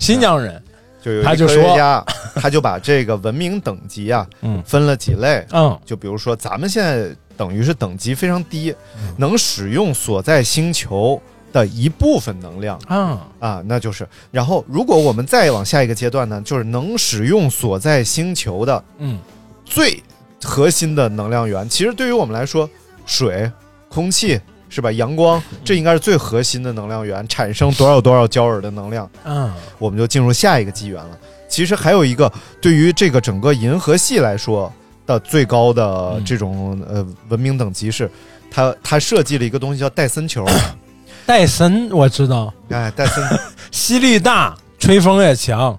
[SPEAKER 10] 新疆人，
[SPEAKER 9] 就有一
[SPEAKER 10] 他
[SPEAKER 9] 个
[SPEAKER 10] 就
[SPEAKER 9] 科
[SPEAKER 10] 说
[SPEAKER 9] 学家， 他就把这个文明等级啊
[SPEAKER 10] 嗯
[SPEAKER 9] 分了几类，
[SPEAKER 10] 嗯
[SPEAKER 9] 就比如说咱们现在等于是等级非常低，
[SPEAKER 10] 嗯
[SPEAKER 9] 能使用所在星球的一部分能量。
[SPEAKER 10] 啊，
[SPEAKER 9] 啊，那就是，然后如果我们再往下一个阶段呢，就是能使用所在星球的
[SPEAKER 10] 嗯
[SPEAKER 9] 最核心的能量源。其实对于我们来说，水、空气是吧？阳光，
[SPEAKER 10] 嗯
[SPEAKER 9] 这应该是最核心的能量源，产生多少多少焦耳的能量，
[SPEAKER 10] 嗯
[SPEAKER 9] 我们就进入下一个纪元了。其实还有一个，对于这个整个银河系来说的最高的
[SPEAKER 10] 嗯
[SPEAKER 9] 这种呃文明等级是，它它设计了一个东西叫戴森球，
[SPEAKER 10] 嗯戴森我知道，
[SPEAKER 9] 哎，戴森
[SPEAKER 10] 吸力大，吹风也强，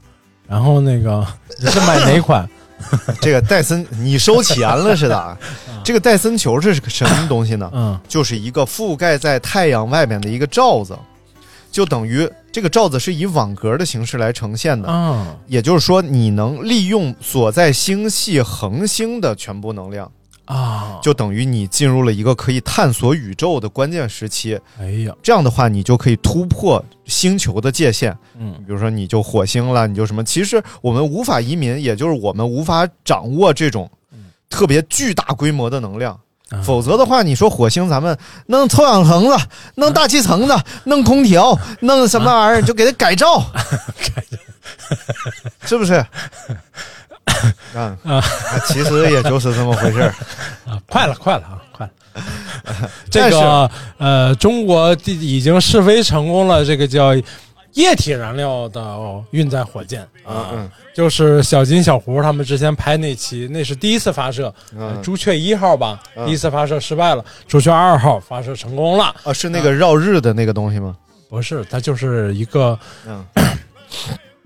[SPEAKER 10] 然后那个你是买哪款？
[SPEAKER 9] 这个戴森，你收钱了似的 啊。这个戴森球是个什么东西呢？
[SPEAKER 10] 嗯
[SPEAKER 9] 就是一个覆盖在太阳外面的一个罩子，就等于这个罩子是以网格的形式来呈现的。
[SPEAKER 10] 啊
[SPEAKER 9] 也就是说，你能利用所在星系恒星的全部能量，
[SPEAKER 10] 啊，
[SPEAKER 9] 就等于你进入了一个可以探索宇宙的关键时期。
[SPEAKER 10] 哎呀，
[SPEAKER 9] 这样的话，你就可以突破星球的界限。
[SPEAKER 10] 嗯
[SPEAKER 9] 比如说，你就火星了，你就什么？其实我们无法移民，也就是我们无法掌握这种特别巨大规模的能量。
[SPEAKER 10] 嗯啊
[SPEAKER 9] 否则的话，你说火星咱们弄臭氧层子，弄大气层子， 弄空调，弄什么玩意儿，就给它改造，
[SPEAKER 10] 啊
[SPEAKER 9] 是 不是？啊啊，其实也就是这么回 事儿。
[SPEAKER 10] 啊，快了，快了啊，快了。这
[SPEAKER 9] 但是
[SPEAKER 10] 个呃，中国地已经试飞成功了，这个叫液体燃料的运载火箭啊，
[SPEAKER 9] 嗯
[SPEAKER 10] 就是小金、小胡他们之前拍那期，那是第一次发射，呃
[SPEAKER 9] 嗯
[SPEAKER 10] 朱雀一号吧，第一次发射失败了，朱雀二号发射成功了，
[SPEAKER 9] 啊，是那个绕日的那个东西吗？
[SPEAKER 10] 不是，它就是一个
[SPEAKER 9] 嗯，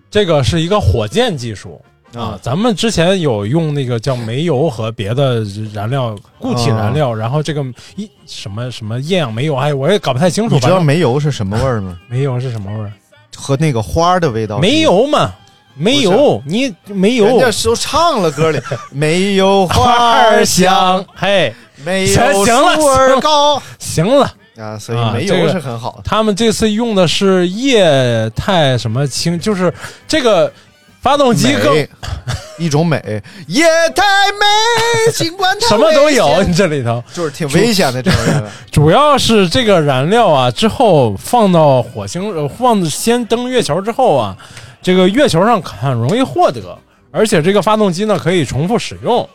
[SPEAKER 10] 这个是一个火箭技术。
[SPEAKER 9] 啊
[SPEAKER 10] 啊，咱们之前有用那个叫煤油和别的燃料、固体燃
[SPEAKER 9] 啊
[SPEAKER 10] 料，然后这个一什么什么液氧煤油，哎，我也搞不太清楚。
[SPEAKER 9] 你知道
[SPEAKER 10] 反正
[SPEAKER 9] 煤油是什么味儿吗？
[SPEAKER 10] 煤油是什么味儿？
[SPEAKER 9] 和那个花的味道。
[SPEAKER 10] 煤。油嘛，煤油，你煤
[SPEAKER 9] 人
[SPEAKER 10] 油
[SPEAKER 9] 家都唱了 歌里，没有花
[SPEAKER 10] 花
[SPEAKER 9] 儿
[SPEAKER 10] 儿
[SPEAKER 9] 香，
[SPEAKER 10] 香，嘿，
[SPEAKER 9] 没
[SPEAKER 10] 行
[SPEAKER 9] 有
[SPEAKER 10] 行了
[SPEAKER 9] 树儿
[SPEAKER 10] 行
[SPEAKER 9] 高
[SPEAKER 10] 行了，
[SPEAKER 9] 啊，所以
[SPEAKER 10] 啊
[SPEAKER 9] 煤
[SPEAKER 10] 这
[SPEAKER 9] 油
[SPEAKER 10] 个
[SPEAKER 9] 是很好的。
[SPEAKER 10] 他们这次用的是液态什么氢，就是这个发动机更
[SPEAKER 9] 美，一种美，也太美，尽管它
[SPEAKER 10] 什么都
[SPEAKER 9] 危
[SPEAKER 10] 有，
[SPEAKER 9] 险
[SPEAKER 10] 你， 这里头。
[SPEAKER 9] 就是挺危险的这种 人。
[SPEAKER 10] 主要是这个燃料啊，之后放到火星，呃放先登月球之后啊，这个月球上很容易获得，而且这个发动机呢可以重复使用。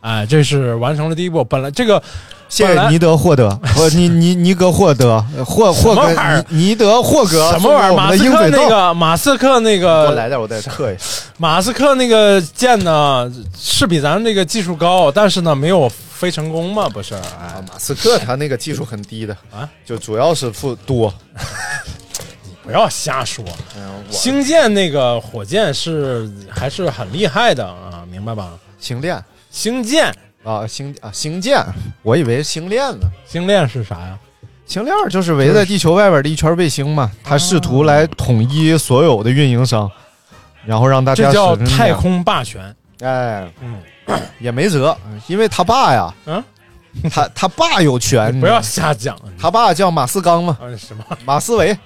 [SPEAKER 10] 哎，这是完成了第一步。本来这个
[SPEAKER 9] 谢
[SPEAKER 10] 本
[SPEAKER 9] 谢
[SPEAKER 10] 来
[SPEAKER 9] 尼德霍德，不，尼尼尼格霍德，呃霍霍
[SPEAKER 10] 什么玩意
[SPEAKER 9] 格
[SPEAKER 10] 儿，
[SPEAKER 9] 尼尼德霍格，
[SPEAKER 10] 什么玩意儿？
[SPEAKER 9] 送给我们
[SPEAKER 10] 马
[SPEAKER 9] 的
[SPEAKER 10] 斯
[SPEAKER 9] 鹰
[SPEAKER 10] 克
[SPEAKER 9] 嘴
[SPEAKER 10] 那
[SPEAKER 9] 豆，
[SPEAKER 10] 个马斯克那
[SPEAKER 9] 给我
[SPEAKER 10] 个
[SPEAKER 9] 来点，我再刻一下。
[SPEAKER 10] 马斯克那个舰呢，是比咱们这个技术高，但是呢没有飞成功嘛，不是？哎，
[SPEAKER 9] 啊马斯克他那个技术很低的
[SPEAKER 10] 啊，
[SPEAKER 9] 就主要是付多。
[SPEAKER 10] 不要瞎说。
[SPEAKER 9] 哎呀我
[SPEAKER 10] 星舰那个火箭是还是很厉害的啊，明白吧？
[SPEAKER 9] 星链
[SPEAKER 10] 星舰，
[SPEAKER 9] 啊，星啊星舰，我以为是星链呢。
[SPEAKER 10] 星链是啥呀？
[SPEAKER 9] 星链就是
[SPEAKER 10] 啊
[SPEAKER 9] 围在地球外边的一圈卫星嘛，它试图来统一所有的运营商，然后让大家
[SPEAKER 10] 这叫
[SPEAKER 9] 始终
[SPEAKER 10] 太
[SPEAKER 9] 样
[SPEAKER 10] 空霸权。
[SPEAKER 9] 哎，
[SPEAKER 10] 嗯，
[SPEAKER 9] 也没辙，因为他爸呀，
[SPEAKER 10] 嗯，
[SPEAKER 9] 他他爸有权，
[SPEAKER 10] 不要瞎讲。
[SPEAKER 9] 他爸叫马四刚嘛，
[SPEAKER 10] 啊什么？
[SPEAKER 9] 马思维，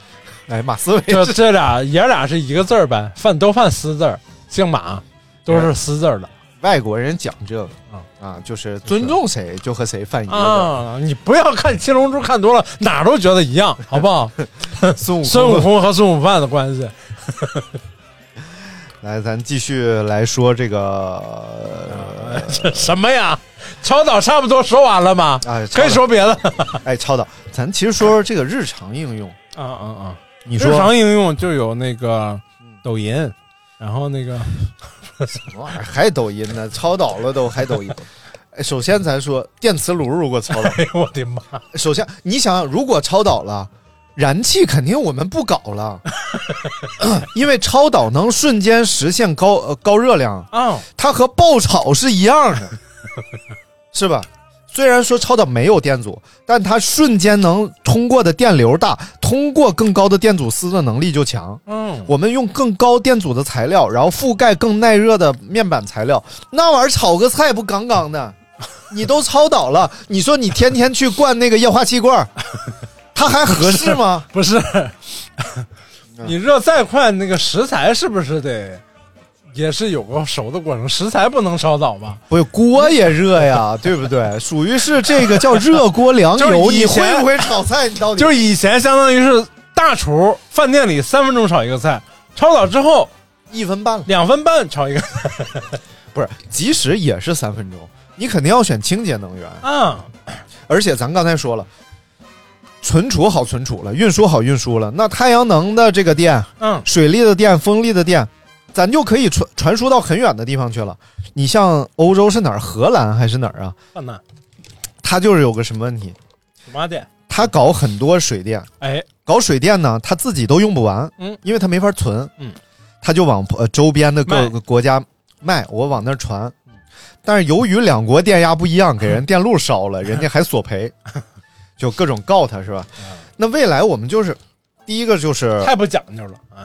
[SPEAKER 9] 哎，马思维
[SPEAKER 10] 这这 俩爷俩是一个字儿呗，犯都犯私字儿，姓马都是私字儿的
[SPEAKER 9] 外国人讲这个
[SPEAKER 10] 啊
[SPEAKER 9] 啊，就是尊重谁就和谁犯一个字。
[SPEAKER 10] 啊！你不要看《七龙珠》看多了，哪儿都觉得一 样，好不好？
[SPEAKER 9] 孙悟
[SPEAKER 10] 孙悟
[SPEAKER 9] 空，
[SPEAKER 10] 空和孙悟饭的关系，
[SPEAKER 9] 来，咱继续来说这个，呃
[SPEAKER 10] 这 什么呀？ 超导差不多说完了吗？
[SPEAKER 9] 哎超导
[SPEAKER 10] 可以说别的。
[SPEAKER 9] 哎，超导，咱其实说说这个日常应用。
[SPEAKER 10] 啊啊啊！
[SPEAKER 9] 你
[SPEAKER 10] 日
[SPEAKER 9] 说
[SPEAKER 10] 常应用就有那个抖音，然后那个
[SPEAKER 9] 什么玩意儿？还抖音呢？超导了都，还抖音。哎，首先咱说电磁炉，如果超导，
[SPEAKER 10] 哎呦我的妈！
[SPEAKER 9] 首先，你想，如果超导了，燃气肯定我们不搞 了，因为超导能瞬间实现高、呃、高热量，
[SPEAKER 10] 啊，
[SPEAKER 9] 它和爆炒是一样的，是吧？虽然说超导没有电阻，但它瞬间能通过的电流大，通过更高的电阻丝的能力就强。
[SPEAKER 10] 嗯，
[SPEAKER 9] 我们用更高电阻的材料，然后覆盖更耐热的面板材料，那玩意儿炒个菜不杠杠的？你都超导了，你说你天天去灌那个液化气罐儿，它还合适吗？
[SPEAKER 10] 不是， 你热再快，那个食材是不是得也是有个熟的过程？食材不能烧早吧？
[SPEAKER 9] 不是锅也热呀，对不对？属于是这个叫热锅凉油，
[SPEAKER 10] 就是以
[SPEAKER 9] 你会
[SPEAKER 10] 前
[SPEAKER 9] 不会炒菜？你到底
[SPEAKER 10] 就是以前相当于是大厨饭店里三分钟炒一个菜，超导之后
[SPEAKER 9] 一分半了，
[SPEAKER 10] 两分半炒一个菜
[SPEAKER 9] 不是，即使也是三分钟，你肯定要选清洁能源。
[SPEAKER 10] 啊，
[SPEAKER 9] 而且咱刚才说了，存储好存储了，运输好运输了，那太阳能的这个电，
[SPEAKER 10] 嗯
[SPEAKER 9] 水力的电、风力的电，咱就可以传传输到很远的地方去了。你像欧洲是哪儿？荷兰还是哪儿啊？
[SPEAKER 10] 饭呢？
[SPEAKER 9] 它就是有个什么问题，
[SPEAKER 10] 什么店？
[SPEAKER 9] 它搞很多水电，
[SPEAKER 10] 哎，
[SPEAKER 9] 搞水电呢，它自己都用不完，
[SPEAKER 10] 嗯，
[SPEAKER 9] 因为它没法存，
[SPEAKER 10] 嗯，
[SPEAKER 9] 它就往呃周边的各
[SPEAKER 10] 卖嗯
[SPEAKER 9] 个国家卖，我往那儿传。但是由于两国电压不一样，给人电路烧 了，人家还索赔，就各种告他是吧？
[SPEAKER 10] 嗯
[SPEAKER 9] 那未来我们就是第一个就是呃
[SPEAKER 10] 太不讲究了啊！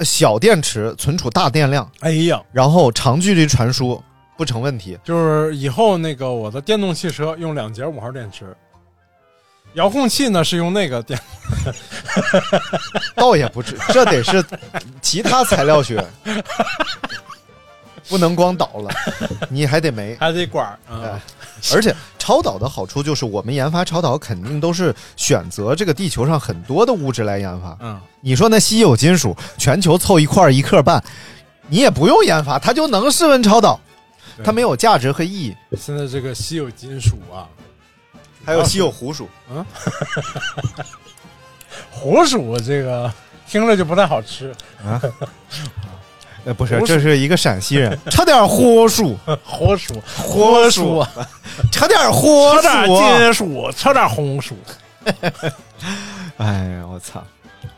[SPEAKER 9] 小电池存储大电量，
[SPEAKER 10] 哎呀，
[SPEAKER 9] 然后长距离传输不成问题。
[SPEAKER 10] 就是以后那个我的电动汽车用两节五号电池，遥控器呢是用那个电，
[SPEAKER 9] 倒也不至，这得是其他材料学， 不能光导了，你还得煤。
[SPEAKER 10] 还得管儿
[SPEAKER 9] 哎
[SPEAKER 10] 啊，
[SPEAKER 9] 而且超导的好处就是，我们研发超导肯定都是选择这个地球上很多的物质来研发。
[SPEAKER 10] 嗯，
[SPEAKER 9] 你说那稀有金属，全球凑一块儿一克半，你也不用研发，它就能室温超导，
[SPEAKER 10] 对
[SPEAKER 9] 它没有价值和意义。
[SPEAKER 10] 现在这个稀有金属啊，
[SPEAKER 9] 还有稀有湖鼠，
[SPEAKER 10] 火鼠这个听着就不太好吃，
[SPEAKER 9] 呃，不是
[SPEAKER 10] 湖，鼠
[SPEAKER 9] 这是一个陕西人，差点豁 鼠，
[SPEAKER 10] 火鼠，
[SPEAKER 9] 豁鼠，啊差点豁
[SPEAKER 10] 吃
[SPEAKER 9] 鼠啊
[SPEAKER 10] 点，金属，吃点红薯。
[SPEAKER 9] 哎呀，我操！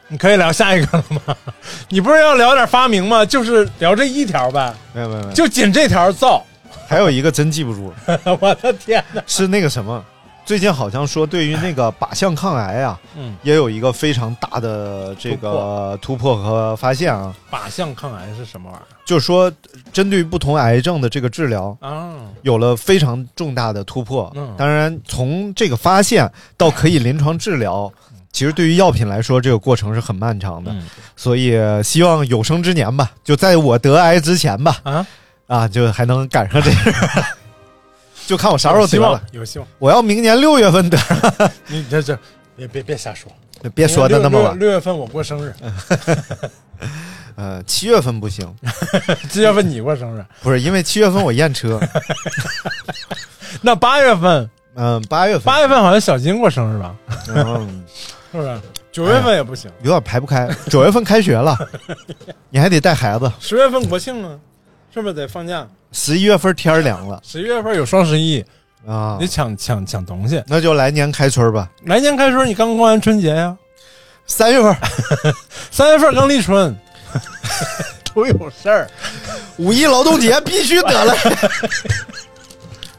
[SPEAKER 10] 你可以聊下一个了吗？ 你不是要聊点发明吗？就是聊这一条呗，
[SPEAKER 9] 没有没有没有，
[SPEAKER 10] 就仅这条造。
[SPEAKER 9] 还有一个真记不住，
[SPEAKER 10] 我的天哪！
[SPEAKER 9] 是那个什么，最近好像说对于那个靶向抗癌啊，
[SPEAKER 10] 嗯，
[SPEAKER 9] 也有一个非常大的这个突破和发现啊，
[SPEAKER 10] 靶向抗癌是什么玩意
[SPEAKER 9] 就是说针对于不同癌症的这个治疗。
[SPEAKER 10] 儿啊？
[SPEAKER 9] 有了非常重大的突破
[SPEAKER 10] 嗯，
[SPEAKER 9] 当然从这个发现到可以临床治疗，其实对于药品来说，这个过程是很漫长的。
[SPEAKER 10] 嗯
[SPEAKER 9] 所以希望有生之年吧，就在我得癌之前吧，
[SPEAKER 10] 啊，
[SPEAKER 9] 啊，就还能赶上这个， 就看我啥时候
[SPEAKER 10] 有希
[SPEAKER 9] 得
[SPEAKER 10] 望
[SPEAKER 9] 了。？
[SPEAKER 10] 有希望！
[SPEAKER 9] 我要明年六月份得，
[SPEAKER 10] 你这这别别别瞎说，
[SPEAKER 9] 别说的那么晚
[SPEAKER 10] 哎六。六月份我过生日，
[SPEAKER 9] 呃，七月份不行，
[SPEAKER 10] 七月份你过生日，
[SPEAKER 9] 不是因为七月份我验车，
[SPEAKER 10] 那八月份
[SPEAKER 9] 嗯、八月份，
[SPEAKER 10] 八月份好像小金过生日吧？
[SPEAKER 9] 嗯，
[SPEAKER 10] 是不是？九月份也不行，
[SPEAKER 9] 有点排不开。九月份开学了，你还得带孩子。
[SPEAKER 10] 十月份国庆啊，是不是得放假？
[SPEAKER 9] 十一月份天儿凉了
[SPEAKER 10] 十一月份有双十一，
[SPEAKER 9] 啊
[SPEAKER 10] 得，抢抢抢东西。
[SPEAKER 9] 那就来年开春吧。
[SPEAKER 10] 来年开春你刚过完春节呀、
[SPEAKER 9] 三月份
[SPEAKER 10] 三月份刚 立春，都有事儿。
[SPEAKER 9] 五一劳动节必须得 了，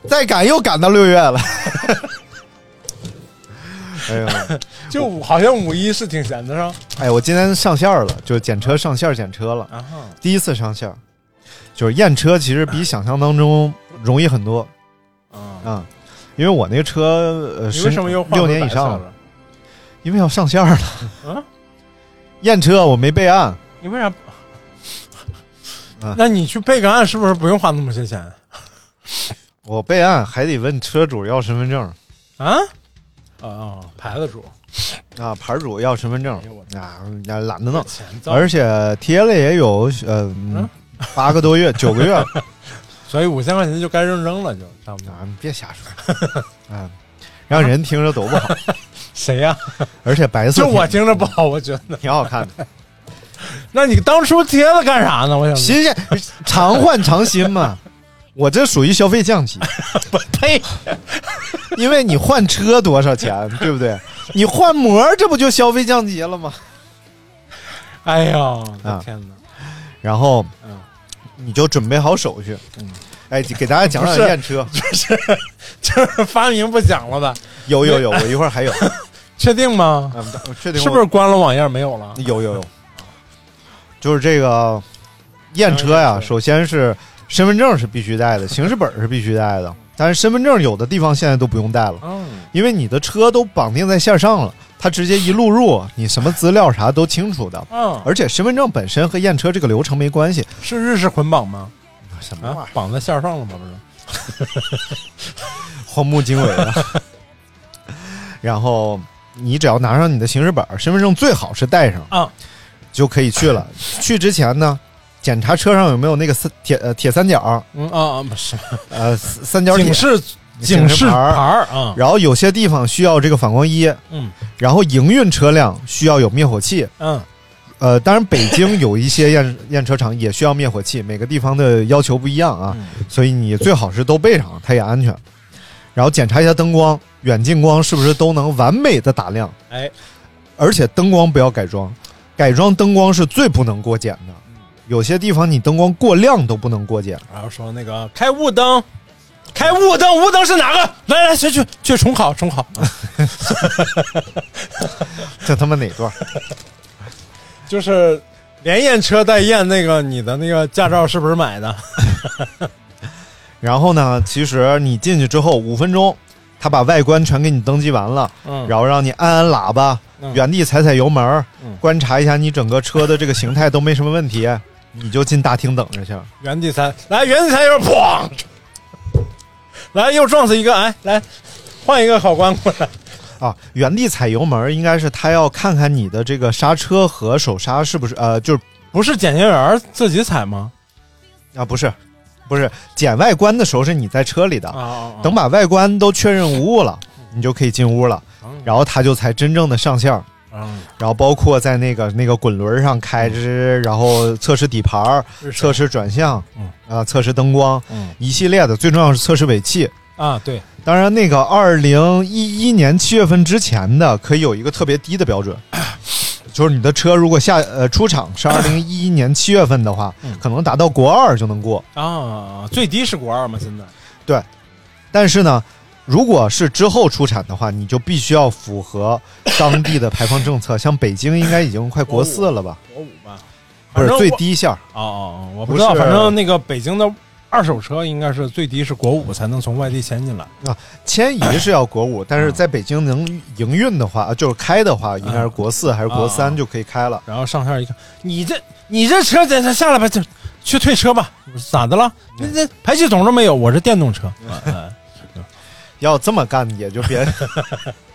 [SPEAKER 9] 再赶又赶到六月了。 哎呦，
[SPEAKER 10] 就五好像五一是挺闲的，是吧？
[SPEAKER 9] 哎，我今天上线了，就是检车上线检车了，
[SPEAKER 10] 然后
[SPEAKER 9] 第一次上线，就是验车其实比想象当中容易很多
[SPEAKER 10] 啊，
[SPEAKER 9] 啊、因为我那个车呃
[SPEAKER 10] 你
[SPEAKER 9] 十
[SPEAKER 10] 为什么又换
[SPEAKER 9] 六
[SPEAKER 10] 回
[SPEAKER 9] 年以
[SPEAKER 10] 白色
[SPEAKER 9] 上了，
[SPEAKER 10] 了？
[SPEAKER 9] 因为要上线了，
[SPEAKER 10] 啊，
[SPEAKER 9] 验车我没备案，
[SPEAKER 10] 你为啥
[SPEAKER 9] 啊？
[SPEAKER 10] 那你去备个案是不是不用花那么些钱
[SPEAKER 9] 我备案还得问车主要身份证
[SPEAKER 10] 啊？啊啊，牌子主
[SPEAKER 9] 啊，牌主要身份证
[SPEAKER 10] 哎呦我
[SPEAKER 9] 啊，那懒得弄，
[SPEAKER 10] 钱造，
[SPEAKER 9] 而且贴了也有呃
[SPEAKER 10] 嗯
[SPEAKER 9] 八个多月九个月 了。
[SPEAKER 10] 所以五千块钱就该扔扔了，就差不多。
[SPEAKER 9] 啊，你别瞎 说，啊，让人听着多不好。
[SPEAKER 10] 谁呀？
[SPEAKER 9] 而且白色
[SPEAKER 10] 就我
[SPEAKER 9] 挺
[SPEAKER 10] 听着不好，我觉得。
[SPEAKER 9] 挺好看的，
[SPEAKER 10] 那你当初贴了干啥呢？我 想
[SPEAKER 9] 新鲜，常换常新 嘛。我这属于消费降级，
[SPEAKER 10] 呸！
[SPEAKER 9] 因为你换车多少 钱，对不对？你换膜，这不就消费降级了吗？
[SPEAKER 10] 哎呦，我的
[SPEAKER 9] 啊
[SPEAKER 10] 天哪！
[SPEAKER 9] 然后
[SPEAKER 10] 嗯，
[SPEAKER 9] 你就准备好手续。
[SPEAKER 10] 嗯
[SPEAKER 9] 哎，给大家讲讲
[SPEAKER 10] 不是
[SPEAKER 9] 验车，
[SPEAKER 10] 就是就是发明不讲了吧？
[SPEAKER 9] 有有有，我一会儿 还有，
[SPEAKER 10] 确定吗？
[SPEAKER 9] 嗯我确定我
[SPEAKER 10] 是不是关了网页没有了？
[SPEAKER 9] 有有有，就是这个验车
[SPEAKER 10] 嗯
[SPEAKER 9] 呀，首先是身份证是必须 带的，行驶本是必须带的，但是身份证有的地方现在都不用带了，
[SPEAKER 10] 嗯，
[SPEAKER 9] 因为你的车都绑定在线上了，它直接一录入，你什么资料啥都清楚的。
[SPEAKER 10] 嗯，
[SPEAKER 9] 而且身份证本身和验车这个流程没关系，
[SPEAKER 10] 是日式捆绑吗？
[SPEAKER 9] 什么玩意
[SPEAKER 10] 啊
[SPEAKER 9] 儿，，
[SPEAKER 10] 绑在线上了吗？不是？
[SPEAKER 9] 荒木经惟啊。 然后你只要拿上你的行驶本，身份证最好是带上，
[SPEAKER 10] 啊，
[SPEAKER 9] 就可以去了。
[SPEAKER 10] 嗯
[SPEAKER 9] 去之前呢，检查车上有没有那个三铁呃铁三角，
[SPEAKER 10] 嗯啊啊，不是
[SPEAKER 9] 呃三三角铁
[SPEAKER 10] 警，示警
[SPEAKER 9] 警
[SPEAKER 10] 示
[SPEAKER 9] 示
[SPEAKER 10] 牌
[SPEAKER 9] 牌嗯
[SPEAKER 10] 儿啊，
[SPEAKER 9] 然后有些地方需要这个反光衣，
[SPEAKER 10] 嗯
[SPEAKER 9] 然后营运车辆需要有灭火器。
[SPEAKER 10] 嗯
[SPEAKER 9] 呃，当然北京有一些验验车场也需要灭火器，每个地方的要求不一样啊，
[SPEAKER 10] 嗯
[SPEAKER 9] 所以你最好是都备上，它也安全。然后检查一下灯光，远近光是不是都能完美的打亮，
[SPEAKER 10] 哎，
[SPEAKER 9] 而且灯光不要改装，改装灯光是最不能过检的。有些地方你灯光过亮都不能过检，
[SPEAKER 10] 然后说那个开雾灯，开雾灯，雾灯是哪个？来来，去去去重考重考，
[SPEAKER 9] 这他妈哪段？
[SPEAKER 10] 就是连验车带验那个你的那个驾照是不是买的？
[SPEAKER 9] 然后呢，其实你进去之后五分钟，他把外观全给你登记完了，
[SPEAKER 10] 嗯
[SPEAKER 9] 然后让你按按喇叭，
[SPEAKER 10] 嗯
[SPEAKER 9] 原地踩踩油门儿，
[SPEAKER 10] 嗯
[SPEAKER 9] 观察一下你整个车的这个形态都没什么问题，你就进大厅等着去。
[SPEAKER 10] 原地踩，来原地踩油门，砰！来又撞死一个，哎，来换一个考官过来。
[SPEAKER 9] 啊，原地踩油门儿应该是他要看看你的这个刹车和手刹是不是呃，就是
[SPEAKER 10] 不是检验员自己踩吗？
[SPEAKER 9] 啊不是，不是检外观的时候是你在车里的，
[SPEAKER 10] 啊啊
[SPEAKER 9] 等把外观都确认无误了，你就可以进屋了，
[SPEAKER 10] 嗯
[SPEAKER 9] 然后他就才真正的上线儿。
[SPEAKER 10] 啊！
[SPEAKER 9] 然后包括在那个那个滚轮上开支，然后测试底盘儿、测试转向，
[SPEAKER 10] 嗯
[SPEAKER 9] 啊，测试灯光，
[SPEAKER 10] 嗯
[SPEAKER 9] 一系列的，最重要是测试尾气。
[SPEAKER 10] 啊，对，
[SPEAKER 9] 当然，那个二零一一年七月份之前的，可以有一个特别低的标 准，就是你的车如果下呃出厂是二零一一年七月份的话，
[SPEAKER 10] 嗯
[SPEAKER 9] 可能达到国二就能过。
[SPEAKER 10] 啊，最低是国二嘛，现在
[SPEAKER 9] 但是呢，如果是之后出产的话，你就必须要符合当地的排放政策。像北京应该已经快国四了吧？
[SPEAKER 10] 国五吧，
[SPEAKER 9] 不是
[SPEAKER 10] 反正
[SPEAKER 9] 最
[SPEAKER 10] 我
[SPEAKER 9] 低线儿。
[SPEAKER 10] 哦哦，哦我不知道，
[SPEAKER 9] 不是
[SPEAKER 10] 反正那个北京的二手车应该是最低是国五才能从外地迁进来。
[SPEAKER 9] 啊迁移是要国 五，但
[SPEAKER 10] 嗯
[SPEAKER 9] 是在北京能营运的话，呃就是开的话，应该是国四还是国
[SPEAKER 10] 啊
[SPEAKER 9] 三就可以开了。
[SPEAKER 10] 然后上线一看，你这你这车在这下来吧，就去退车吧，我说咋的了？
[SPEAKER 9] 嗯
[SPEAKER 10] 那这排气筒都没有，我是电动车。啊啊
[SPEAKER 9] 要这么干也就别，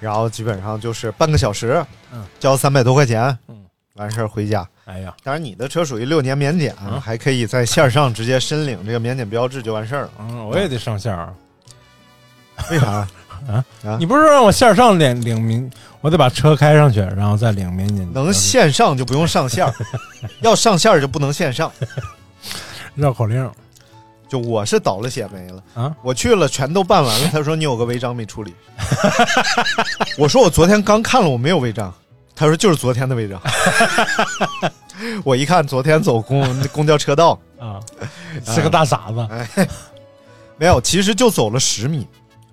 [SPEAKER 9] 然后基本上就是半个小时
[SPEAKER 10] 嗯，
[SPEAKER 9] 交三百多块钱
[SPEAKER 10] 嗯，
[SPEAKER 9] 完事儿回家。
[SPEAKER 10] 哎呀，
[SPEAKER 9] 当然，你的车属于六年免检，
[SPEAKER 10] 嗯
[SPEAKER 9] 还可以在线上直接申领这个免检标志就完事 儿了。
[SPEAKER 10] 嗯，我也得上线儿。
[SPEAKER 9] 为啥？啊
[SPEAKER 10] 你不是让我线上领领民，我得把车开上去，然后再领民警。
[SPEAKER 9] 能线上就不用上线 儿，要上线儿就不能线上。
[SPEAKER 10] 绕口
[SPEAKER 9] 啊
[SPEAKER 10] 令
[SPEAKER 9] 就我是倒了血霉了
[SPEAKER 10] 啊！
[SPEAKER 9] 我去了，全都办 完了。他说你有个违章没处理， 我说我昨天刚看了，我没有违章。他说就是昨天的违章。 我一看昨天走公公交车道，
[SPEAKER 10] 啊，是个大傻子。
[SPEAKER 9] 没有，其实就走了十米，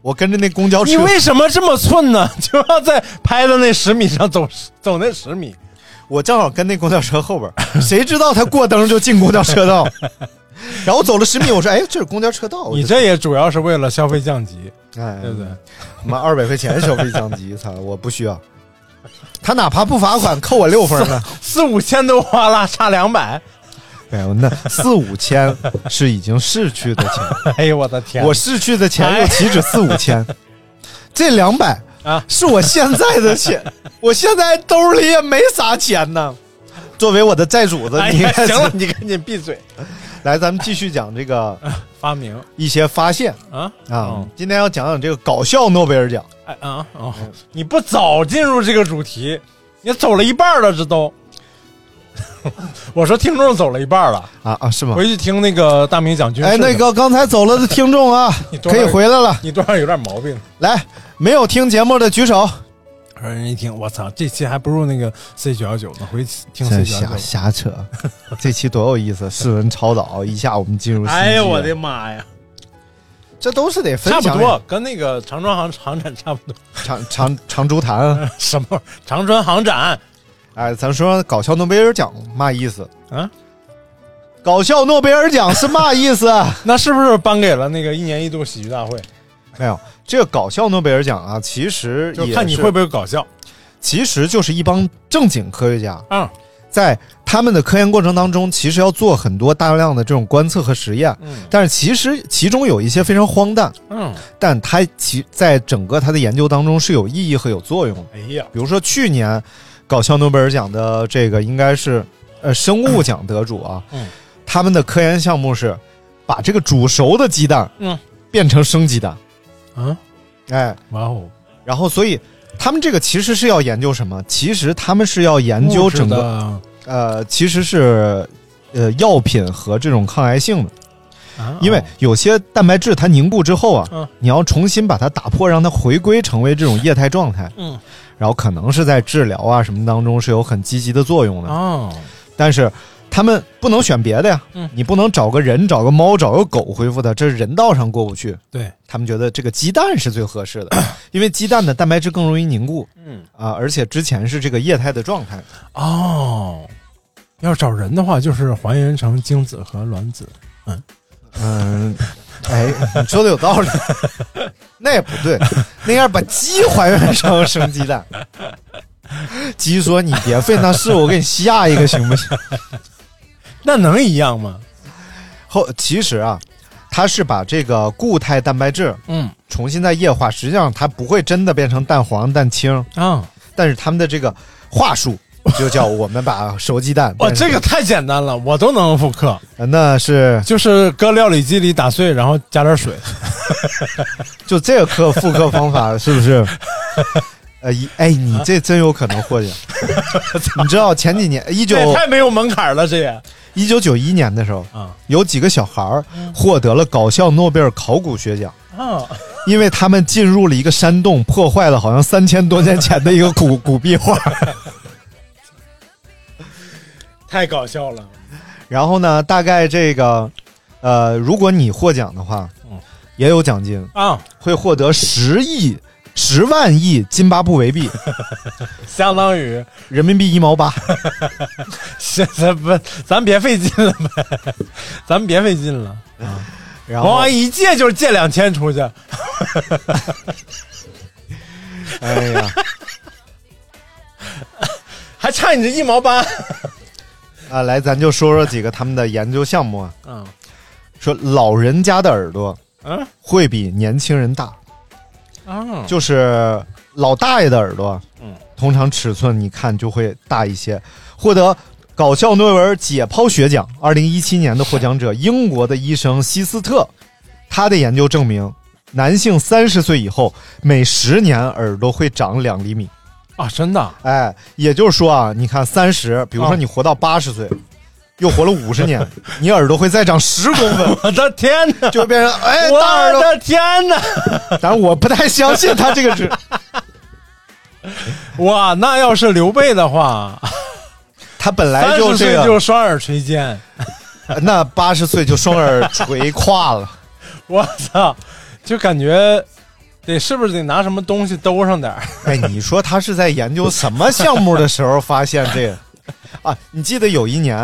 [SPEAKER 9] 我跟着那公交车。
[SPEAKER 10] 你为什么这么寸呢？就要在拍的那十米上走走那十米。
[SPEAKER 9] 我正好跟那公交车后边儿，谁知道他过灯就进公交车道，然后我走了十米，我说：“哎，这是公交车道。”
[SPEAKER 10] 你这也主要是为了消费降级，
[SPEAKER 9] 哎，
[SPEAKER 10] 对不对？
[SPEAKER 9] 妈二百块钱消费降级，操，我不需要。他哪怕不罚款，扣我六分呢。
[SPEAKER 10] 四五千都花了，差两百。
[SPEAKER 9] 没有，哎那四五千是已经逝去的钱，
[SPEAKER 10] 哎呦我的 天！哎
[SPEAKER 9] 我逝去的钱又岂止四五千？这两百
[SPEAKER 10] 啊
[SPEAKER 9] 是我现在的 钱，我现在兜里也没啥钱呢。作为我的债主子，
[SPEAKER 10] 哎
[SPEAKER 9] 你
[SPEAKER 10] 呀，
[SPEAKER 9] 看
[SPEAKER 10] 行了，你赶紧闭嘴。
[SPEAKER 9] 来，咱们继续讲这个
[SPEAKER 10] 发明
[SPEAKER 9] 一些发现
[SPEAKER 10] 啊
[SPEAKER 9] 啊。
[SPEAKER 10] 嗯
[SPEAKER 9] 今天要讲讲这个搞笑诺贝尔奖。
[SPEAKER 10] 哎啊哦！你不早进入这个主题，你走了一半了，这都。 我说听众走了一半了，
[SPEAKER 9] 啊啊，是吗？
[SPEAKER 10] 回去听那个大明讲军事。
[SPEAKER 9] 哎，那，个刚才走了的听众啊
[SPEAKER 10] 你，多
[SPEAKER 9] 可
[SPEAKER 10] 少
[SPEAKER 9] 以
[SPEAKER 10] 人
[SPEAKER 9] 回来了。
[SPEAKER 10] 你多少有点毛病。
[SPEAKER 9] 来，没有听节目的举手。
[SPEAKER 10] 人一听，我操，这期还不如那个 C 九幺九呢，回去听 C 九幺
[SPEAKER 9] 瞎
[SPEAKER 10] 九。
[SPEAKER 9] 瞎扯，这期多有意思！世文超导一下，我们进入。
[SPEAKER 10] 哎呀，我的，妈呀！
[SPEAKER 9] 这都是得分
[SPEAKER 10] 差
[SPEAKER 9] 享
[SPEAKER 10] 不多，跟那个长春航航展差不多。
[SPEAKER 9] 长长长竹潭。
[SPEAKER 10] 什么玩意儿？长春航展？
[SPEAKER 9] 哎，咱说搞笑诺贝尔奖嘛意思？
[SPEAKER 10] 啊，
[SPEAKER 9] 搞笑诺贝尔奖是嘛意思？啊
[SPEAKER 10] 那是不是颁给了那个一年一度喜剧大会？
[SPEAKER 9] 没有，这个搞笑诺贝尔奖啊，其实
[SPEAKER 10] 就
[SPEAKER 9] 也
[SPEAKER 10] 看你
[SPEAKER 9] 是
[SPEAKER 10] 会不会搞笑。
[SPEAKER 9] 其实就是一帮正经科学家，
[SPEAKER 10] 嗯
[SPEAKER 9] 在他们的科研过程当中，其实要做很多大量的这种观测和实验，
[SPEAKER 10] 嗯
[SPEAKER 9] 但是其实其中有一些非常荒诞，
[SPEAKER 10] 嗯，
[SPEAKER 9] 但它其在整个它的研究当中是有意义和有作用的。
[SPEAKER 10] 哎呀，
[SPEAKER 9] 比如说去年搞笑诺贝尔奖的这个应该是呃生物奖得主啊，
[SPEAKER 10] 嗯
[SPEAKER 9] 他们的科研项目是把这个煮熟的鸡蛋
[SPEAKER 10] 嗯
[SPEAKER 9] 变成生鸡蛋，
[SPEAKER 10] 啊，
[SPEAKER 9] 哎，
[SPEAKER 10] 哇哦，
[SPEAKER 9] 然后所以他们这个其实是要研究什么？其实他们是要研究整个
[SPEAKER 10] 个
[SPEAKER 9] 呃，其实是呃药品和这种抗癌性的，
[SPEAKER 10] 啊，
[SPEAKER 9] 因为有些蛋白质它凝固之后啊，
[SPEAKER 10] 嗯
[SPEAKER 9] 你要重新把它打破，让它回归成为这种液态状态，
[SPEAKER 10] 嗯
[SPEAKER 9] 然后可能是在治疗啊什么当中是有很积极的作用的，
[SPEAKER 10] 哦，
[SPEAKER 9] 但是。他们不能选别的呀，
[SPEAKER 10] 嗯
[SPEAKER 9] 你不能找个人、找个猫、找个狗恢复它，这是人道上过不去。
[SPEAKER 10] 对，
[SPEAKER 9] 他们觉得这个鸡蛋是最合适的，因为鸡蛋的蛋白质更容易凝固
[SPEAKER 10] 嗯
[SPEAKER 9] 啊、而且之前是这个液态的状态。
[SPEAKER 10] 哦，要找人的话，就是还原成精子和卵子。
[SPEAKER 9] 嗯，哎，你说的有道理， 那也不对，那样把鸡还原成生鸡蛋。鸡说：“你别费那事，我给你下一个行不行
[SPEAKER 10] 那能一样吗？？”
[SPEAKER 9] 后其实啊，它是把这个固态蛋白质
[SPEAKER 10] 嗯
[SPEAKER 9] 重新再液化，实际上它不会真的变成蛋黄、蛋清，
[SPEAKER 10] 啊，。
[SPEAKER 9] 但是他们的这个话术就叫我们把熟鸡蛋
[SPEAKER 10] 哇，哦这个太简单了，我都能复刻，
[SPEAKER 9] 呃那是
[SPEAKER 10] 就是搁料理机里打碎，然后加点水。
[SPEAKER 9] 就这个课复刻方法是不是？呃，一哎，你这真有可能获奖。你知道前几年一九
[SPEAKER 10] 这也太没有门槛了，这也
[SPEAKER 9] 一九九一年的时候，
[SPEAKER 10] 啊
[SPEAKER 9] 有几个小孩儿获得了搞笑诺贝尔考古学奖，
[SPEAKER 10] 啊，
[SPEAKER 9] 因为他们进入了一个山洞，破坏了好像三千多年前的一个古 古壁画。
[SPEAKER 10] 太搞笑了。
[SPEAKER 9] 然后呢，大概这个，呃，如果你获奖的话
[SPEAKER 10] 嗯，
[SPEAKER 9] 也有奖金，
[SPEAKER 10] 啊，
[SPEAKER 9] 会获得十亿、十万亿津巴布韦币，
[SPEAKER 10] 相当于
[SPEAKER 9] 人民币一毛八。
[SPEAKER 10] 现在不， 咱别费劲了呗， 咱们别费劲了。
[SPEAKER 9] 然
[SPEAKER 10] 王
[SPEAKER 9] 后
[SPEAKER 10] 阿姨借就是借两千出去，
[SPEAKER 9] 哎呀，
[SPEAKER 10] 还差你这一毛八。
[SPEAKER 9] 啊，来，咱就说说几个他们的研究项目啊。
[SPEAKER 10] 嗯
[SPEAKER 9] 说老人家的耳朵
[SPEAKER 10] 嗯
[SPEAKER 9] 会比年轻人大，
[SPEAKER 10] 啊，
[SPEAKER 9] 就是老大爷的耳朵，
[SPEAKER 10] 嗯，
[SPEAKER 9] 通常尺寸你看就会大一些。获得搞笑诺贝尔解剖学奖，二零一七年的获奖者，英国的医生希斯特，他的研究证明，男性三十岁以后每十年耳朵会长两厘米。
[SPEAKER 10] 啊，真的
[SPEAKER 9] 哎，也就是说啊，你看三十，比如说
[SPEAKER 10] 啊
[SPEAKER 9] 你活到八十岁，又活了五十 年，你耳朵会再长十公分，
[SPEAKER 10] 我的天哪！
[SPEAKER 9] 就 变成哎大耳朵。
[SPEAKER 10] 我的天哪！
[SPEAKER 9] 但是我不太相信他这个 是，
[SPEAKER 10] 哇，那要是刘备的话，
[SPEAKER 9] 他本来
[SPEAKER 10] 三
[SPEAKER 9] 就
[SPEAKER 10] 十
[SPEAKER 9] 这
[SPEAKER 10] 岁
[SPEAKER 9] 个，
[SPEAKER 10] 哎就双耳垂肩，
[SPEAKER 9] 那 八十岁就双耳垂胯了。
[SPEAKER 10] 我操，就感觉得是不是得拿什么东西兜上点儿？
[SPEAKER 9] 哎，你说他是在研究什么项目的时候发现这个？啊，你记得有一年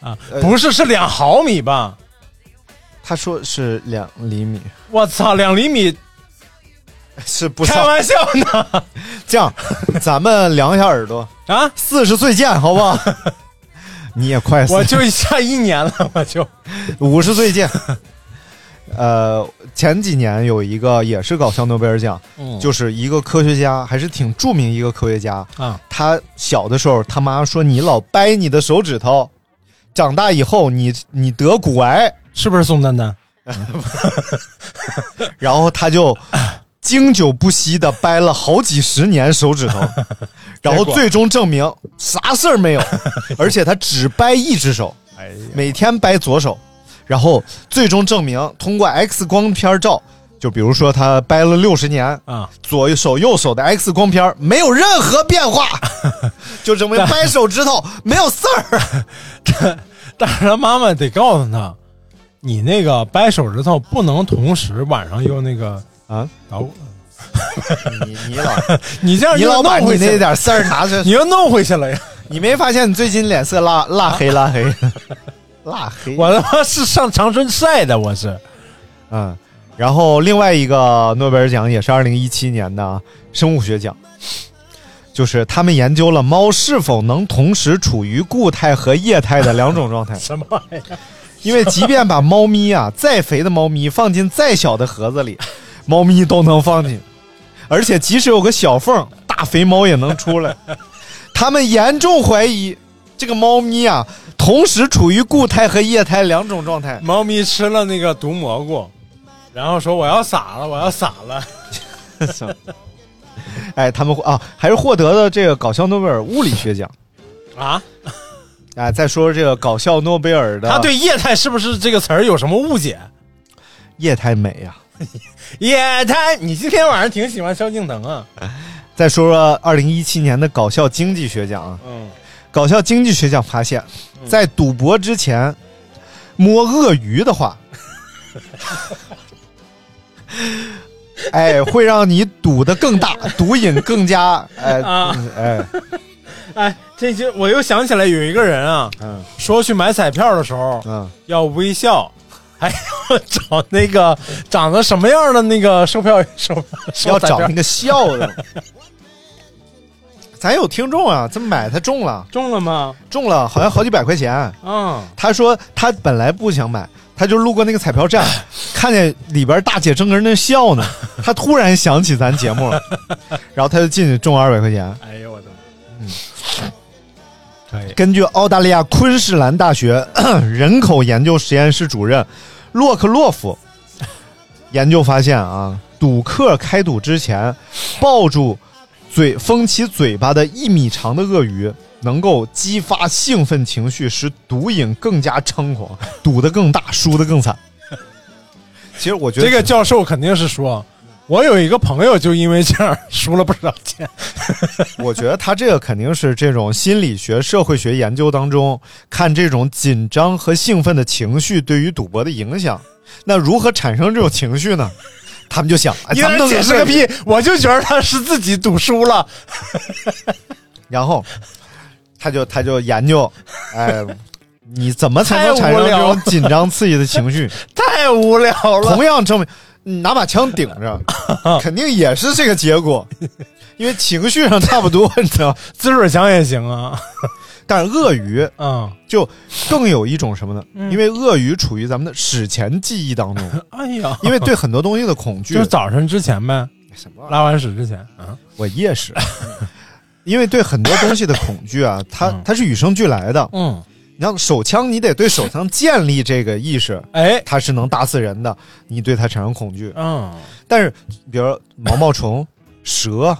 [SPEAKER 10] 啊，不是是两毫米吧？
[SPEAKER 9] 他说是两厘米，
[SPEAKER 10] 我操，两厘米
[SPEAKER 9] 是不
[SPEAKER 10] 开玩笑呢？
[SPEAKER 9] 这样，咱们量一下耳朵
[SPEAKER 10] 啊，
[SPEAKER 9] 四十岁见，好不 好？你也快，
[SPEAKER 10] 我就下一年了，我就
[SPEAKER 9] 五十岁见。 呃，前几年有一个也是搞笑诺贝尔奖，
[SPEAKER 10] 嗯
[SPEAKER 9] 就是一个科学家，还是挺著名一个科学家。
[SPEAKER 10] 啊，
[SPEAKER 9] 他小的时候，他妈说你老掰你的手指头，长大以后你你得骨癌，
[SPEAKER 10] 是不是宋丹丹？
[SPEAKER 9] 然后他 就经久不息的掰了好几十年手指 头，然后最终证明啥事儿没有，而且他只掰一只 手，
[SPEAKER 10] 哎
[SPEAKER 9] 每天掰左手，然后最终证明通过 X 光片照，就比如说他掰了六十年
[SPEAKER 10] 啊，
[SPEAKER 9] 左手右手的 X 光片没有任何变 化，就证明掰手指头没有事儿。
[SPEAKER 10] 但是他妈妈得告诉他，你那个掰手指头不能同时晚上又那个
[SPEAKER 9] 啊，
[SPEAKER 10] 捣鼓，
[SPEAKER 9] 你你老
[SPEAKER 10] 你这样
[SPEAKER 9] 你
[SPEAKER 10] 又
[SPEAKER 9] 老把
[SPEAKER 10] 弄
[SPEAKER 9] 你
[SPEAKER 10] 回去
[SPEAKER 9] 那
[SPEAKER 10] 了，
[SPEAKER 9] 点事儿拿着
[SPEAKER 10] 你又弄回去了呀！
[SPEAKER 9] 你没发现你最近脸色蜡蜡黑蜡 黑，蜡黑。
[SPEAKER 10] 我他妈是上长春晒的，我是。
[SPEAKER 9] 嗯，然后另外一个诺贝尔奖也是二零一七年的生物学奖，就是他们研究了猫是否能同时处于固态和液态的两种状态
[SPEAKER 10] 什么玩意儿？
[SPEAKER 9] 因为即便把猫咪啊再肥的猫咪放进再小的盒子里， 猫咪都能放进，而且即使有个小缝，大肥猫也能出 来。他们严重怀疑这个猫咪啊，同时处于固态和液态两种状态。
[SPEAKER 10] 猫咪吃了那个毒蘑菇，然后说我要撒了，我要撒了。
[SPEAKER 9] 哎，他们获啊，还是获得了这个搞笑诺贝尔物理学奖。
[SPEAKER 10] 啊，
[SPEAKER 9] 哎，再说说这个搞笑诺贝尔的，
[SPEAKER 10] 他对液态是不是这个词儿有什么误解？
[SPEAKER 9] 液态美啊呀、
[SPEAKER 10] 液态，你今天晚上挺喜欢萧敬腾啊？
[SPEAKER 9] 再说说二零一七年的搞笑经济学奖啊，
[SPEAKER 10] 嗯，
[SPEAKER 9] 搞笑经济学奖发现，在赌博之前摸鳄鱼的 话，哎，会让你赌的更 大，赌瘾更加，哎、
[SPEAKER 10] 啊
[SPEAKER 9] 哎，
[SPEAKER 10] 哎，这就我又想起来有一个人啊，
[SPEAKER 9] 嗯
[SPEAKER 10] 说去买彩票的时候，
[SPEAKER 9] 嗯，
[SPEAKER 10] 要微笑，还要找那个长得什么样的那个售票员售 售
[SPEAKER 9] 要
[SPEAKER 10] 彩
[SPEAKER 9] 找
[SPEAKER 10] 票
[SPEAKER 9] 那个笑的。咱有听众啊，这么买他中了，啊
[SPEAKER 10] 中了吗？
[SPEAKER 9] 中了，好像好几百块钱。
[SPEAKER 10] 嗯，
[SPEAKER 9] 他说他本来不想买，他就路过那个彩票站，看见里边大姐正跟那笑呢，他突然想起咱节目了，然后他就进去中二百块钱。
[SPEAKER 10] 哎呦我的妈，嗯，可以，
[SPEAKER 9] 根据澳大利亚昆士兰大学 人口研究实验室主任洛克洛夫 研究发现啊，赌客开赌之前抱住嘴封起嘴巴的一米长的鳄鱼，能够激发兴奋情绪，使赌瘾更加猖狂，赌得更大，输得更惨。 其实我觉得
[SPEAKER 10] 这个教授肯定是说。我有一个朋友就因为这样输了不少钱，
[SPEAKER 9] 我觉得他这个肯定是这种心理学、社会学研究当中看这种紧张和兴奋的情绪对于赌博的影响。那如何产生这种情绪呢？他们就想，哎、
[SPEAKER 10] 你
[SPEAKER 9] 咱们
[SPEAKER 10] 能
[SPEAKER 9] 都
[SPEAKER 10] 解释个屁！我就觉得他是自己赌输了，
[SPEAKER 9] 然后他就他就研究，哎，你怎么才
[SPEAKER 10] 太
[SPEAKER 9] 能
[SPEAKER 10] 无
[SPEAKER 9] 产生这
[SPEAKER 10] 聊
[SPEAKER 9] 种紧张刺激的情绪？
[SPEAKER 10] 太无聊了。
[SPEAKER 9] 同样证明，你拿把枪顶 着，肯定也是这个结果，因为情绪上差不多，你知道。
[SPEAKER 10] 滋水枪也行啊，
[SPEAKER 9] 但是鳄鱼
[SPEAKER 10] 嗯，
[SPEAKER 9] 就更有一种什么呢？因为鳄鱼处于咱们的史前记忆当 中，
[SPEAKER 10] 哎呀，
[SPEAKER 9] 因为对很多东西的恐惧
[SPEAKER 10] 就是。早晨之前呗，
[SPEAKER 9] 啊什么玩意儿？
[SPEAKER 10] 拉完屎之前，嗯，
[SPEAKER 9] 我夜视， 因为对很多东西的恐惧啊，它它是与生俱来的。
[SPEAKER 10] 嗯，
[SPEAKER 9] 你像手枪，你得对手枪建立这个意识，
[SPEAKER 10] 哎，
[SPEAKER 9] 它是能打死人的，你对它产生恐惧。
[SPEAKER 10] 嗯，
[SPEAKER 9] 但是，比如说毛毛虫、蛇，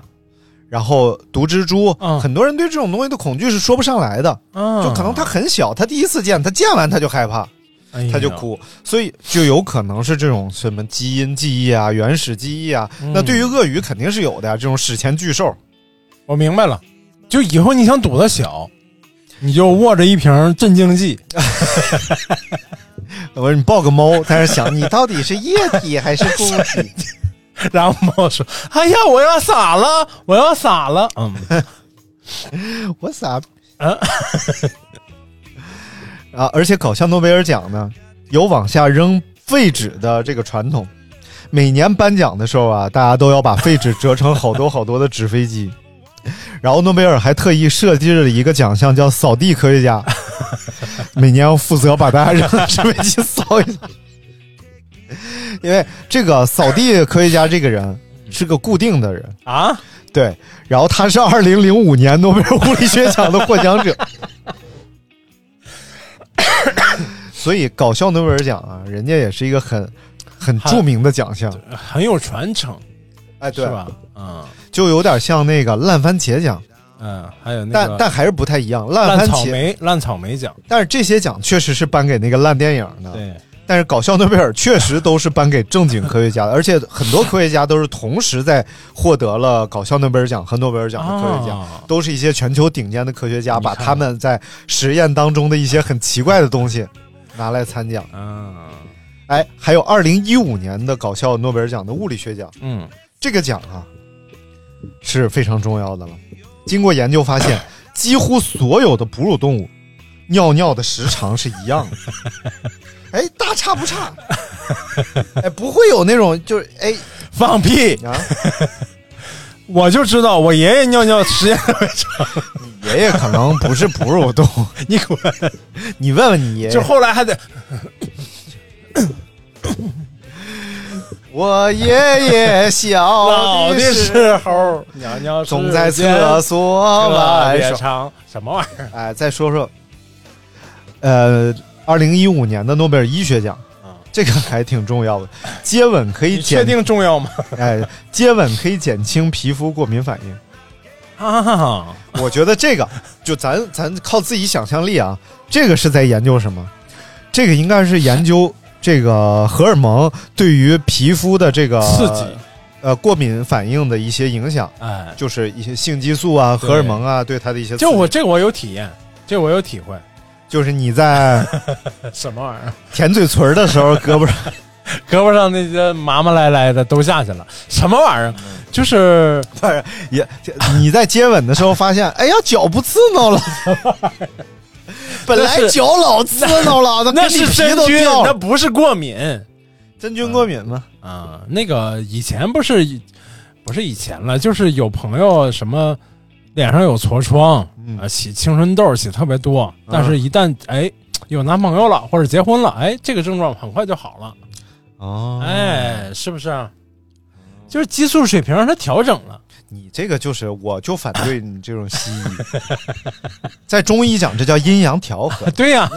[SPEAKER 9] 然后毒蜘蛛，
[SPEAKER 10] 嗯
[SPEAKER 9] 很多人对这种东西的恐惧是说不上来的，
[SPEAKER 10] 嗯，
[SPEAKER 9] 就可能它很小，它第一次见，它见完它就害怕。
[SPEAKER 10] 哎呀
[SPEAKER 9] 他就哭，所以就有可能是这种什么基因记忆啊、原始记忆啊。那对于鳄鱼肯定是有的呀、这种史前巨兽。
[SPEAKER 10] 我明白了，就以后你想赌的小，你就握着一瓶镇静剂，
[SPEAKER 9] 我说你抱个猫，但是想你到底是液体还是固体？
[SPEAKER 10] 然后猫说：“哎呀，我要洒了，我要洒了。”嗯，
[SPEAKER 9] 我洒啊！而且搞笑诺贝尔奖呢，有往下扔废纸的这个传统。每年颁奖的时候啊，大家都要把废纸折成好多好多的纸飞机。然后诺贝尔还特意设计了一个奖项，叫“扫地科学家”，每年要负责把大家扔的纸飞机扫一扫。因为这个扫地科学家这个人是个固定的人，
[SPEAKER 10] 啊，
[SPEAKER 9] 对，然后他是二零零五年诺贝尔物理学奖的获奖者，所以搞笑诺贝尔奖啊，人家也是一个很很著名的奖项，
[SPEAKER 10] 很有传承，
[SPEAKER 9] 哎，对
[SPEAKER 10] 哎是？吧？嗯
[SPEAKER 9] 就有点像那个烂番茄奖，
[SPEAKER 10] 嗯，还有那
[SPEAKER 9] 但
[SPEAKER 10] 个
[SPEAKER 9] 但还是不太一样。烂
[SPEAKER 10] 烂
[SPEAKER 9] 番
[SPEAKER 10] 草
[SPEAKER 9] 茄，
[SPEAKER 10] 莓，烂草莓奖，
[SPEAKER 9] 但是这些奖确实是颁给那个烂电影的，
[SPEAKER 10] 对，
[SPEAKER 9] 但是搞笑诺贝尔确实都是颁给正经科学家的，而且很多科学家都是同时在获得了搞笑诺贝尔奖和诺贝尔奖的科学家，
[SPEAKER 10] 啊
[SPEAKER 9] 都是一些全球顶尖的科学家，
[SPEAKER 10] 你
[SPEAKER 9] 把
[SPEAKER 10] 看
[SPEAKER 9] 他们在实验当中的一些很奇怪的东西拿来参奖。
[SPEAKER 10] 嗯
[SPEAKER 9] 哎，还有二零一五年的搞笑诺贝尔奖的物理学奖，
[SPEAKER 10] 嗯，
[SPEAKER 9] 这个奖啊是非常重要的了。经过研究发现，几乎所有的哺乳动物尿尿的时长是一 样的，哎，大差不差，哎，不会有那种就是哎
[SPEAKER 10] 放屁！
[SPEAKER 9] 啊，
[SPEAKER 10] 我就知道我爷爷尿尿时间特别长，
[SPEAKER 9] 爷爷可能不是哺乳动物，
[SPEAKER 10] 你滚！
[SPEAKER 9] 哎你问问你爷
[SPEAKER 10] 就
[SPEAKER 9] 爷，
[SPEAKER 10] 后来还得
[SPEAKER 9] 我爷爷小
[SPEAKER 10] 老的
[SPEAKER 9] 的时
[SPEAKER 10] 时候，尿尿时间
[SPEAKER 9] 总在厕所
[SPEAKER 10] 特
[SPEAKER 9] 玩
[SPEAKER 10] 别
[SPEAKER 9] 耍。
[SPEAKER 10] 长，什么玩意儿？
[SPEAKER 9] 哎，再说说，呃，二零一五年的诺贝尔医学奖
[SPEAKER 10] 嗯。
[SPEAKER 9] 这个还挺重要的，接吻可以
[SPEAKER 10] 你确
[SPEAKER 9] 减
[SPEAKER 10] 定重要吗？
[SPEAKER 9] 哎，接吻可以减轻皮肤过敏反应。
[SPEAKER 10] 啊，
[SPEAKER 9] 我觉得这个就咱咱靠自己想象力啊，这个是在研究什么？这个应该是研究这个荷尔蒙对于皮肤的这个
[SPEAKER 10] 刺激，
[SPEAKER 9] 呃过敏反应的一些影响，
[SPEAKER 10] 哎，
[SPEAKER 9] 就是一些性激素啊、
[SPEAKER 10] 对
[SPEAKER 9] 荷尔蒙啊对它的一些刺激。
[SPEAKER 10] 就我这我有体验，这我有体会，
[SPEAKER 9] 就是你在
[SPEAKER 10] 什么玩意儿？
[SPEAKER 9] 舔嘴唇的时候，胳膊上
[SPEAKER 10] 胳膊上那些麻麻赖赖的都下去了，什么玩意儿？就是
[SPEAKER 9] 不是也你在接吻的时候发现，哎呀脚不刺挠 了。本来
[SPEAKER 10] 那是
[SPEAKER 9] 脚老刺挠了，
[SPEAKER 10] 那
[SPEAKER 9] 跟你
[SPEAKER 10] 是
[SPEAKER 9] 皮
[SPEAKER 10] 真
[SPEAKER 9] 都
[SPEAKER 10] 菌，
[SPEAKER 9] 掉了
[SPEAKER 10] 那不是过敏
[SPEAKER 9] 真菌过敏 吗？
[SPEAKER 10] 啊。那个以前不是不是以前了，就是有朋友什么脸上有痤疮
[SPEAKER 9] 嗯
[SPEAKER 10] 啊，起青春痘起特别多，但是一旦哎有男朋友了或者结婚了，哎这个症状很快就好了，啊
[SPEAKER 9] 哦，
[SPEAKER 10] 哎是不是？就是激素水平它调整了，
[SPEAKER 9] 你这个就是，我就反对你这种西医， 在中医讲这叫阴阳调 和，
[SPEAKER 10] 对呀、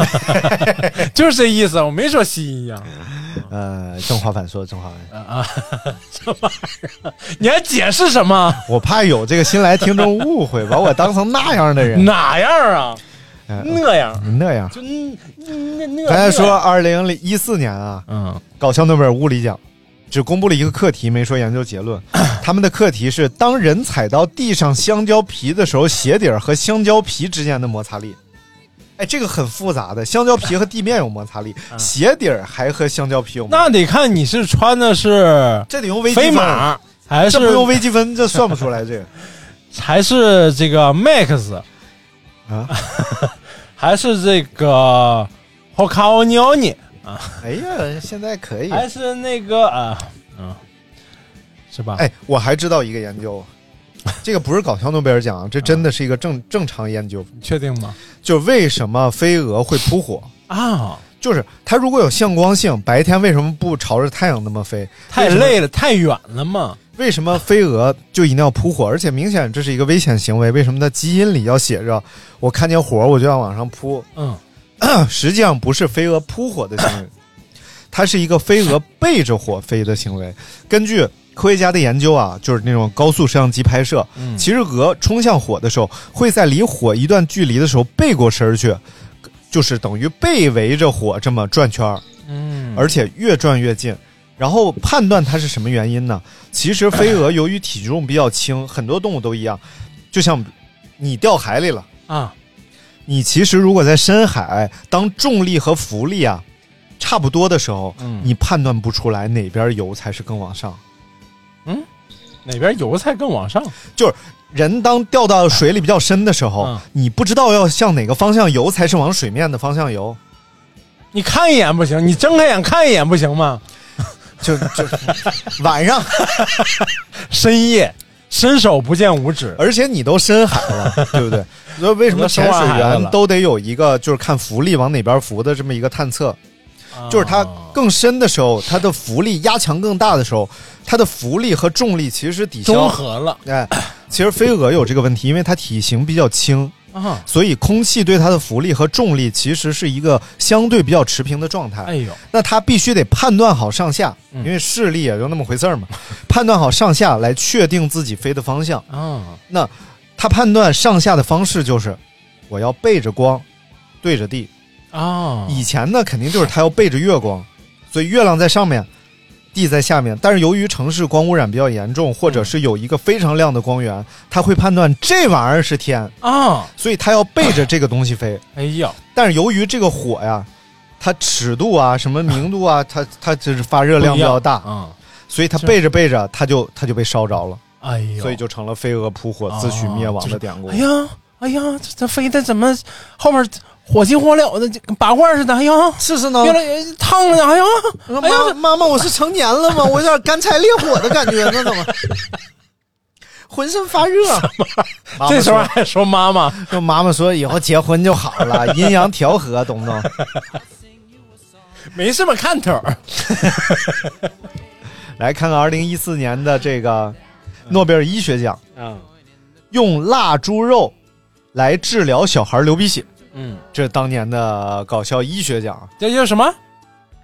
[SPEAKER 10] 就是这意思，我没说啊西医呀、
[SPEAKER 9] 呃，正话反说，正话反说，
[SPEAKER 10] 啊，什么玩意儿？你还解释什么？
[SPEAKER 9] 我怕有这个新来听众误会，把我当成那样的 人，
[SPEAKER 10] 哪样啊？
[SPEAKER 9] 哎
[SPEAKER 10] 那样
[SPEAKER 9] 那样。
[SPEAKER 10] 就嗯那那
[SPEAKER 9] 刚才说，二零一四年啊，
[SPEAKER 10] 嗯
[SPEAKER 9] 搞笑诺贝尔物理奖只公布了一个课题，没说研究结 论。他们的课题是：当人踩到地上香蕉皮的时候，鞋底儿和香蕉皮之间的摩擦力。哎，这个很复杂的，香蕉皮和地面有摩擦力，
[SPEAKER 10] 嗯
[SPEAKER 9] 鞋底儿还和香蕉皮有摩擦力。
[SPEAKER 10] 那得看你是穿的是
[SPEAKER 9] 这得用微积分
[SPEAKER 10] 飞马还
[SPEAKER 9] 这
[SPEAKER 10] 是
[SPEAKER 9] 不用微积分，这算不出来这 个。
[SPEAKER 10] 还是这个 Max
[SPEAKER 9] 啊，
[SPEAKER 10] 还是这个 h o k a o n i o n i
[SPEAKER 9] 哎呀，现在可以。
[SPEAKER 10] 还是那个啊嗯是吧？
[SPEAKER 9] 哎，我还知道一个研究，这个不是搞笑诺贝尔奖，这真
[SPEAKER 10] 嗯
[SPEAKER 9] 的是一个正正常研究，
[SPEAKER 10] 你确定吗？
[SPEAKER 9] 就是为什么飞蛾会扑火。
[SPEAKER 10] 啊，
[SPEAKER 9] 就是它如果有向光性，白天为什么不朝着太阳那么飞？
[SPEAKER 10] 太累了，太远了嘛。
[SPEAKER 9] 为什么飞蛾就一定要扑火？而且明显这是一个危险行为。为什么它基因里要写着“我看见火我就要往上扑
[SPEAKER 10] 嗯，”？
[SPEAKER 9] 啊实际上不是飞蛾扑火的 行为，它是一个飞蛾背着火飞的行为。根据科学家的研究啊，就是那种高速摄像机拍摄，
[SPEAKER 10] 嗯
[SPEAKER 9] 其实蛾冲向火的时候，会在离火一段距离的时候背过身儿去，就是等于背围着火这么转圈儿。
[SPEAKER 10] 嗯
[SPEAKER 9] 而且越转越近。然后判断它是什么原因呢？其实飞蛾由于体重比较轻，很多动物都一样，就像你掉海里了，
[SPEAKER 10] 啊，
[SPEAKER 9] 你其实如果在深海，当重力和浮力啊差不多的时候，
[SPEAKER 10] 嗯
[SPEAKER 9] 你判断不出来哪边游才是更往上。
[SPEAKER 10] 哪边油菜更往上？
[SPEAKER 9] 就是人当掉到水里比较深的时候，
[SPEAKER 10] 嗯
[SPEAKER 9] 你不知道要向哪个方向游才是往水面的方向游。
[SPEAKER 10] 你看一眼不行，你睁开眼看一眼不行吗？
[SPEAKER 9] 就就晚上
[SPEAKER 10] 深夜伸手不见五指，
[SPEAKER 9] 而且你都深海了，对不对？所以为什么潜水员都得有一个就是看浮力往哪边浮的这么一个探测？
[SPEAKER 10] 啊
[SPEAKER 9] 就是它更深的时候，它的浮力压强更大的时候，它的浮力和重力其实是抵消
[SPEAKER 10] 综合了。
[SPEAKER 9] 哎，其实飞蛾有这个问题，因为它体型比较轻，
[SPEAKER 10] 啊，
[SPEAKER 9] 所以空气对它的浮力和重力其实是一个相对比较持平的状态。
[SPEAKER 10] 哎呦，
[SPEAKER 9] 那它必须得判断好上下，
[SPEAKER 10] 嗯
[SPEAKER 9] 因为视力也就那么回事儿嘛，判断好上下来确定自己飞的方向。
[SPEAKER 10] 啊，
[SPEAKER 9] 那它判断上下的方式就是，我要背着光，对着地。
[SPEAKER 10] 啊，
[SPEAKER 9] 以前呢，肯定就是它要背着月光，所以月亮在上面，地在下面。但是由于城市光污染比较严重，或者是有一个非常亮的光源，它会判断这玩意儿是天，
[SPEAKER 10] 啊，
[SPEAKER 9] 所以它要背着这个东西 飞。
[SPEAKER 10] 哎呀，
[SPEAKER 9] 但是由于这个火呀，它尺度啊、什么明度 啊，它它就是发热量比较大，
[SPEAKER 10] 啊，
[SPEAKER 9] 所以它
[SPEAKER 10] 是
[SPEAKER 9] 背着背着，它就它就被烧着了，
[SPEAKER 10] 哎呦，
[SPEAKER 9] 所以就成了飞蛾扑火、自取灭亡的典故。
[SPEAKER 10] 哎呀，哎呀，这这飞的怎么后面火急火燎的，这跟拔罐似的？哎呀，
[SPEAKER 9] 试试呢
[SPEAKER 10] 越来越烫了，哎呀，哎呀，
[SPEAKER 9] 妈妈妈，我是成年了吗？我有点干柴烈火的感觉呢，怎么？ 浑身发热。妈妈
[SPEAKER 10] 这时候
[SPEAKER 9] 说
[SPEAKER 10] 还说妈妈，
[SPEAKER 9] 就 妈妈说以后结婚就好了，阴阳调和，懂不懂？
[SPEAKER 10] 没什么看头儿。
[SPEAKER 9] 来看看二零一四年的这个诺贝尔医学奖，
[SPEAKER 10] 嗯
[SPEAKER 9] 用腊猪肉来治疗小孩流鼻血，
[SPEAKER 10] 嗯，
[SPEAKER 9] 这是当年的搞笑医学奖啊。
[SPEAKER 10] 这叫什么？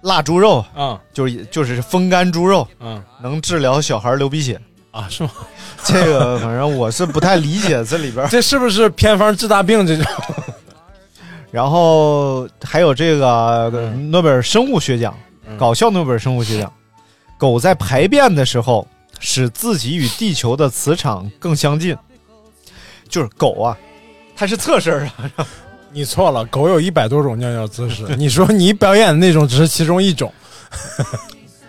[SPEAKER 9] 腊猪肉
[SPEAKER 10] 啊
[SPEAKER 9] 就是就是风干猪肉，
[SPEAKER 10] 嗯
[SPEAKER 9] 能治疗小孩流鼻血。
[SPEAKER 10] 啊，是吗？
[SPEAKER 9] 这个反正我是不太理解这里边儿。
[SPEAKER 10] 这是不是偏方治大病？这就
[SPEAKER 9] 然后还有这个呃
[SPEAKER 10] 嗯
[SPEAKER 9] 诺贝尔生物学奖，搞笑诺贝尔生物学奖，狗在排便的时候使自己与地球的磁场更相近，就是狗啊，它是侧身儿啊，
[SPEAKER 10] 你错了，狗有一百多种尿尿姿势，你说你表演的那种只是其中一种。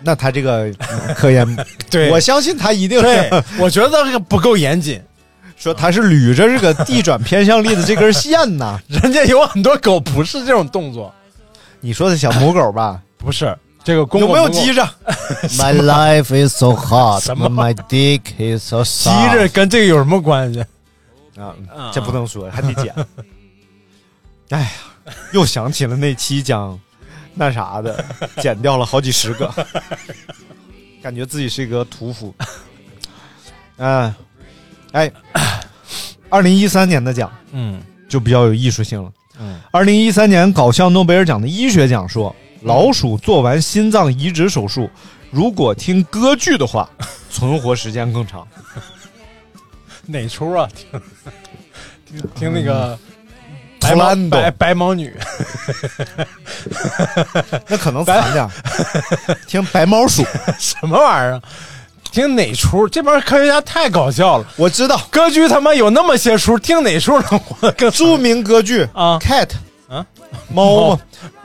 [SPEAKER 9] 那它这个嗯科 研，
[SPEAKER 10] 对
[SPEAKER 9] 我相信它一定
[SPEAKER 10] 对
[SPEAKER 9] 是，
[SPEAKER 10] 我觉得这个不够严谨，
[SPEAKER 9] 说它是捋着这个地转偏向力的这根线呐。
[SPEAKER 10] 人家有很多狗不是这种动作，
[SPEAKER 9] 你说的小母狗吧，
[SPEAKER 10] 不是这个公
[SPEAKER 9] 有
[SPEAKER 10] 狗
[SPEAKER 9] 没有
[SPEAKER 10] 公狗
[SPEAKER 9] 鸡 着？
[SPEAKER 5] My life is so hard,
[SPEAKER 10] 什么
[SPEAKER 5] my dick is so
[SPEAKER 10] 鸡
[SPEAKER 5] soft。
[SPEAKER 10] 着跟这个有什么关系？
[SPEAKER 9] 啊，
[SPEAKER 10] 嗯
[SPEAKER 9] 这不能说，还得剪。 哎呀，又想起了那期讲那啥 的，剪掉了好几十个，感觉自己是一个屠 夫。嗯，哎，二零一三年的奖
[SPEAKER 10] 嗯
[SPEAKER 9] 就比较有艺术性了。
[SPEAKER 10] 嗯，
[SPEAKER 9] 二零一三年搞笑诺贝尔奖的医学奖说，老鼠做完心脏移植手术，如果听歌剧的 话，存活时间更长。
[SPEAKER 10] 哪出啊？听 嗯听听那个白
[SPEAKER 9] 图
[SPEAKER 10] 毛
[SPEAKER 9] 兰
[SPEAKER 10] 白
[SPEAKER 9] 朵，
[SPEAKER 10] 白毛女，
[SPEAKER 9] 那可能惨点儿， 听白毛鼠。
[SPEAKER 10] 什么玩意儿啊？听哪出？这帮科学家太搞笑了。
[SPEAKER 9] 我知道
[SPEAKER 10] 歌剧他妈有那么些出，听哪出能活得更
[SPEAKER 9] 著名歌剧
[SPEAKER 10] 啊
[SPEAKER 9] Cat
[SPEAKER 10] 啊？
[SPEAKER 9] 猫嘛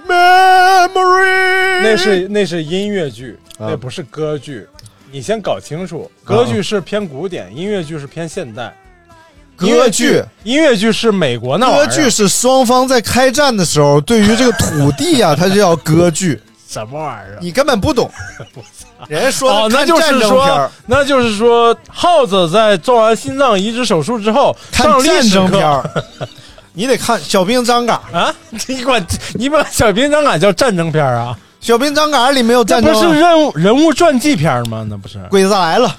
[SPEAKER 9] Memory，
[SPEAKER 10] 那是那是音乐剧，
[SPEAKER 9] 啊
[SPEAKER 10] 那不是歌剧。你先搞清楚，歌剧是偏古典，音乐剧是偏现代。音乐
[SPEAKER 9] 歌剧。，
[SPEAKER 10] 音乐剧是美国那玩意
[SPEAKER 9] 歌
[SPEAKER 10] 儿啊
[SPEAKER 9] 剧是双方在开战的时候，对于这个土地 啊，它就叫歌剧，
[SPEAKER 10] 什么玩意儿啊？
[SPEAKER 9] 你根本不 懂。人家说
[SPEAKER 10] 哦，
[SPEAKER 9] 的
[SPEAKER 10] 那
[SPEAKER 9] 看
[SPEAKER 10] 就
[SPEAKER 9] 战
[SPEAKER 10] 是
[SPEAKER 9] 争片
[SPEAKER 10] 说
[SPEAKER 9] 儿，，
[SPEAKER 10] 那就是说，耗子在做完心脏移植手术之后，上
[SPEAKER 9] 看
[SPEAKER 10] 历
[SPEAKER 9] 战
[SPEAKER 10] 史
[SPEAKER 9] 争
[SPEAKER 10] 课
[SPEAKER 9] 片儿，你得看《小兵张嘎》。
[SPEAKER 10] 啊！ 你管你把小兵张嘎叫战争片儿啊？
[SPEAKER 9] 《小兵张嘎》里没有
[SPEAKER 10] 这
[SPEAKER 9] 战
[SPEAKER 10] 不
[SPEAKER 9] 争啊，
[SPEAKER 10] 是任务人物传记片儿吗？那 不是，
[SPEAKER 9] 鬼子来了，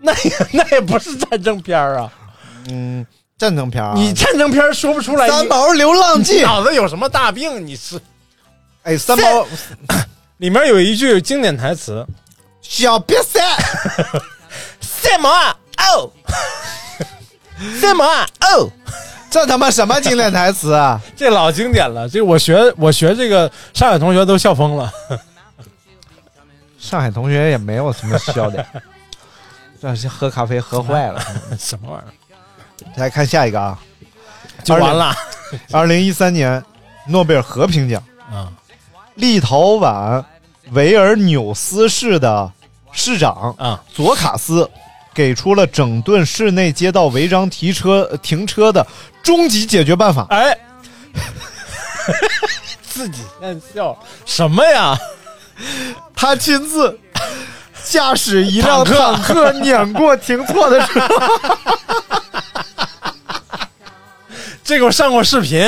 [SPEAKER 10] 那也那也不是战争片儿啊！
[SPEAKER 9] 嗯，战争片儿啊。
[SPEAKER 10] 你战争片儿说不出来，
[SPEAKER 9] 三
[SPEAKER 10] 你
[SPEAKER 9] 毛流浪
[SPEAKER 10] 你
[SPEAKER 9] 记，
[SPEAKER 10] 脑子有什么大病？你是
[SPEAKER 9] 哎，三毛
[SPEAKER 10] 里面有一句经典台词
[SPEAKER 9] 小瘪三。：“
[SPEAKER 10] 什么啊？ 哦，什么啊？哦。”
[SPEAKER 9] 这他妈什么经典台词啊？
[SPEAKER 10] 这老经典了，这我学我学这个上海同学都笑疯了。
[SPEAKER 9] 上海同学也没有什么笑点， 嗯这是喝咖啡喝坏了。
[SPEAKER 10] 什么玩意儿？
[SPEAKER 9] 来看下一个啊，
[SPEAKER 10] 就完了。
[SPEAKER 9] 二零一三年诺贝尔和平奖，
[SPEAKER 10] 嗯
[SPEAKER 9] 立陶宛维尔纽斯市的市长
[SPEAKER 10] 啊
[SPEAKER 9] 佐卡斯给出了整顿市内街道违章停车停车的终极解决办法。
[SPEAKER 10] 哎， 自己在笑什么呀？
[SPEAKER 9] 他亲自驾驶一辆
[SPEAKER 10] 坦
[SPEAKER 9] 坦
[SPEAKER 10] 克
[SPEAKER 9] 克碾过停错的 车。
[SPEAKER 10] 这个我上过视频，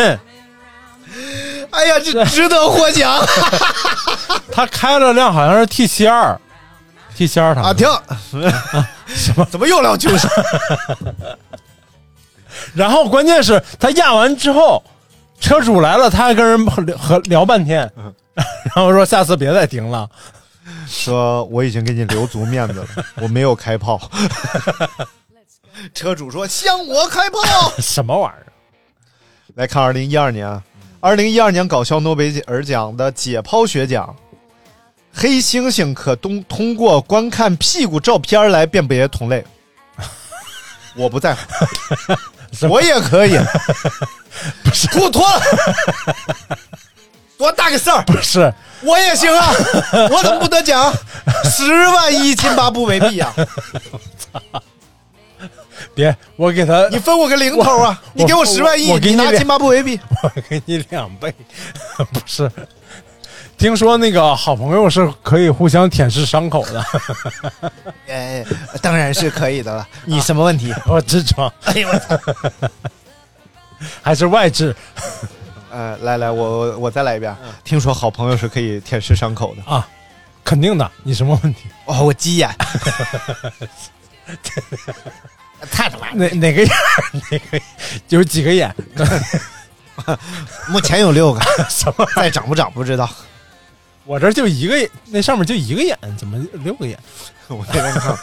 [SPEAKER 9] 哎呀，这值得获奖
[SPEAKER 10] 他开了辆好像是 T 七二，T 七二他
[SPEAKER 9] 啊！
[SPEAKER 10] 们
[SPEAKER 9] 停， 什么？怎么又聊旧事？
[SPEAKER 10] 然后关键是他压完之后，车主来了，他还跟人和和聊半天， 然后说下次别再停了。
[SPEAKER 9] 说我已经给你留足面 子了，我没有开炮。车主说向我开炮。
[SPEAKER 10] 什么玩意儿？
[SPEAKER 9] 来看二零一二年啊，二零一二年搞笑诺贝尔奖的解剖学奖，黑猩猩可通通过观看屁股照片来辨别同 类。我不在乎，我也可 以。给我脱了，多大个事儿？
[SPEAKER 10] 不是，
[SPEAKER 9] 我也行啊， 我怎么不得奖？十万一斤八不为弊 啊！
[SPEAKER 10] 别，我给他，
[SPEAKER 9] 你分我个零头啊！
[SPEAKER 10] 我
[SPEAKER 9] 你给我十万亿，
[SPEAKER 10] 我我给
[SPEAKER 9] 你
[SPEAKER 10] 你
[SPEAKER 9] 拿
[SPEAKER 10] 两
[SPEAKER 9] 津巴布韦 比。
[SPEAKER 10] 我给你两倍， 不是。听说那个好朋友是可以互相舔舐伤口的，
[SPEAKER 9] 哎，当然是可以的了。 你什么问题？
[SPEAKER 10] 我痔疮，
[SPEAKER 9] 哎呦我操！
[SPEAKER 10] 还是外痔
[SPEAKER 9] 呃，来来，我我我再来一遍。听说好朋友是可以舔舐伤口的。
[SPEAKER 10] 啊？肯定的，你什么问题？
[SPEAKER 9] 哦，我急 眼。太他妈！
[SPEAKER 10] 哪哪个眼儿？ 哪个有几个眼？
[SPEAKER 9] 目前有 六个，
[SPEAKER 10] 什么玩意儿？
[SPEAKER 9] 再长不长不知道。
[SPEAKER 10] 我这儿就一个眼，那上面就一个眼，怎么六个眼
[SPEAKER 9] 我这边 看，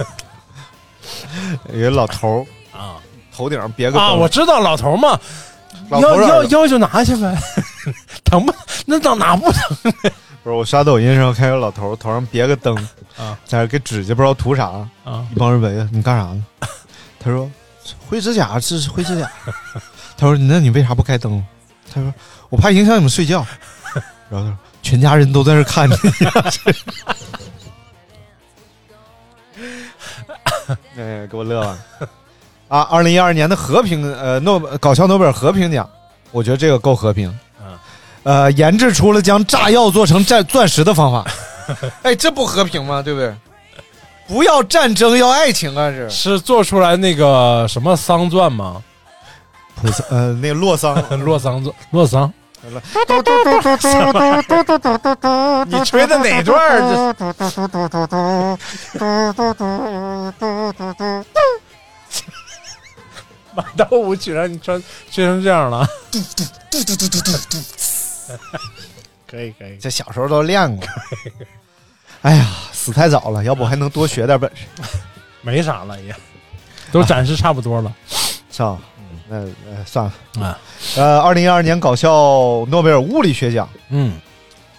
[SPEAKER 9] 有一老头儿
[SPEAKER 10] 啊，
[SPEAKER 9] 头顶上别个
[SPEAKER 10] 啊？
[SPEAKER 9] 灯
[SPEAKER 10] 我知道老头嘛，
[SPEAKER 9] 老头儿
[SPEAKER 10] 要要
[SPEAKER 9] 耳朵
[SPEAKER 10] 要就拿去呗， 疼不？那哪哪不疼？
[SPEAKER 9] 不是我刷抖音的时候看有老头儿头上别个灯
[SPEAKER 10] 啊，
[SPEAKER 9] 在那给指甲不知道涂啥，
[SPEAKER 10] 啊
[SPEAKER 9] 一帮人问你干啥呢？他说灰指甲，这是灰指甲。 他说那你为啥不开灯？他说我怕影响你们睡 觉。然后他说全家人都在这看你。 哎，给我乐了啊！二零一二年的和平呃诺搞笑诺贝尔和平奖，我觉得这个够和平。
[SPEAKER 10] 嗯
[SPEAKER 9] 呃，研制出了将炸药做成钻钻石的方法。哎，这不和平吗？对不对？不要战争，要爱情啊！是
[SPEAKER 10] 是做出来那个什么桑钻吗？
[SPEAKER 9] 普桑，呃，那个洛桑，
[SPEAKER 10] 洛桑钻，洛 桑。
[SPEAKER 9] 你吹的哪段儿？这
[SPEAKER 10] 马刀舞曲让你穿吹成这样了， 可以可以。
[SPEAKER 9] 这小时候都练过。哎呀，死太早了，要不我还能多学点本事，
[SPEAKER 10] 没啥了也，都展示差不多了
[SPEAKER 9] 是吧？那、呃、算了。
[SPEAKER 10] 嗯啊。
[SPEAKER 9] 呃，二零一二年搞笑诺贝尔物理学奖，
[SPEAKER 10] 嗯，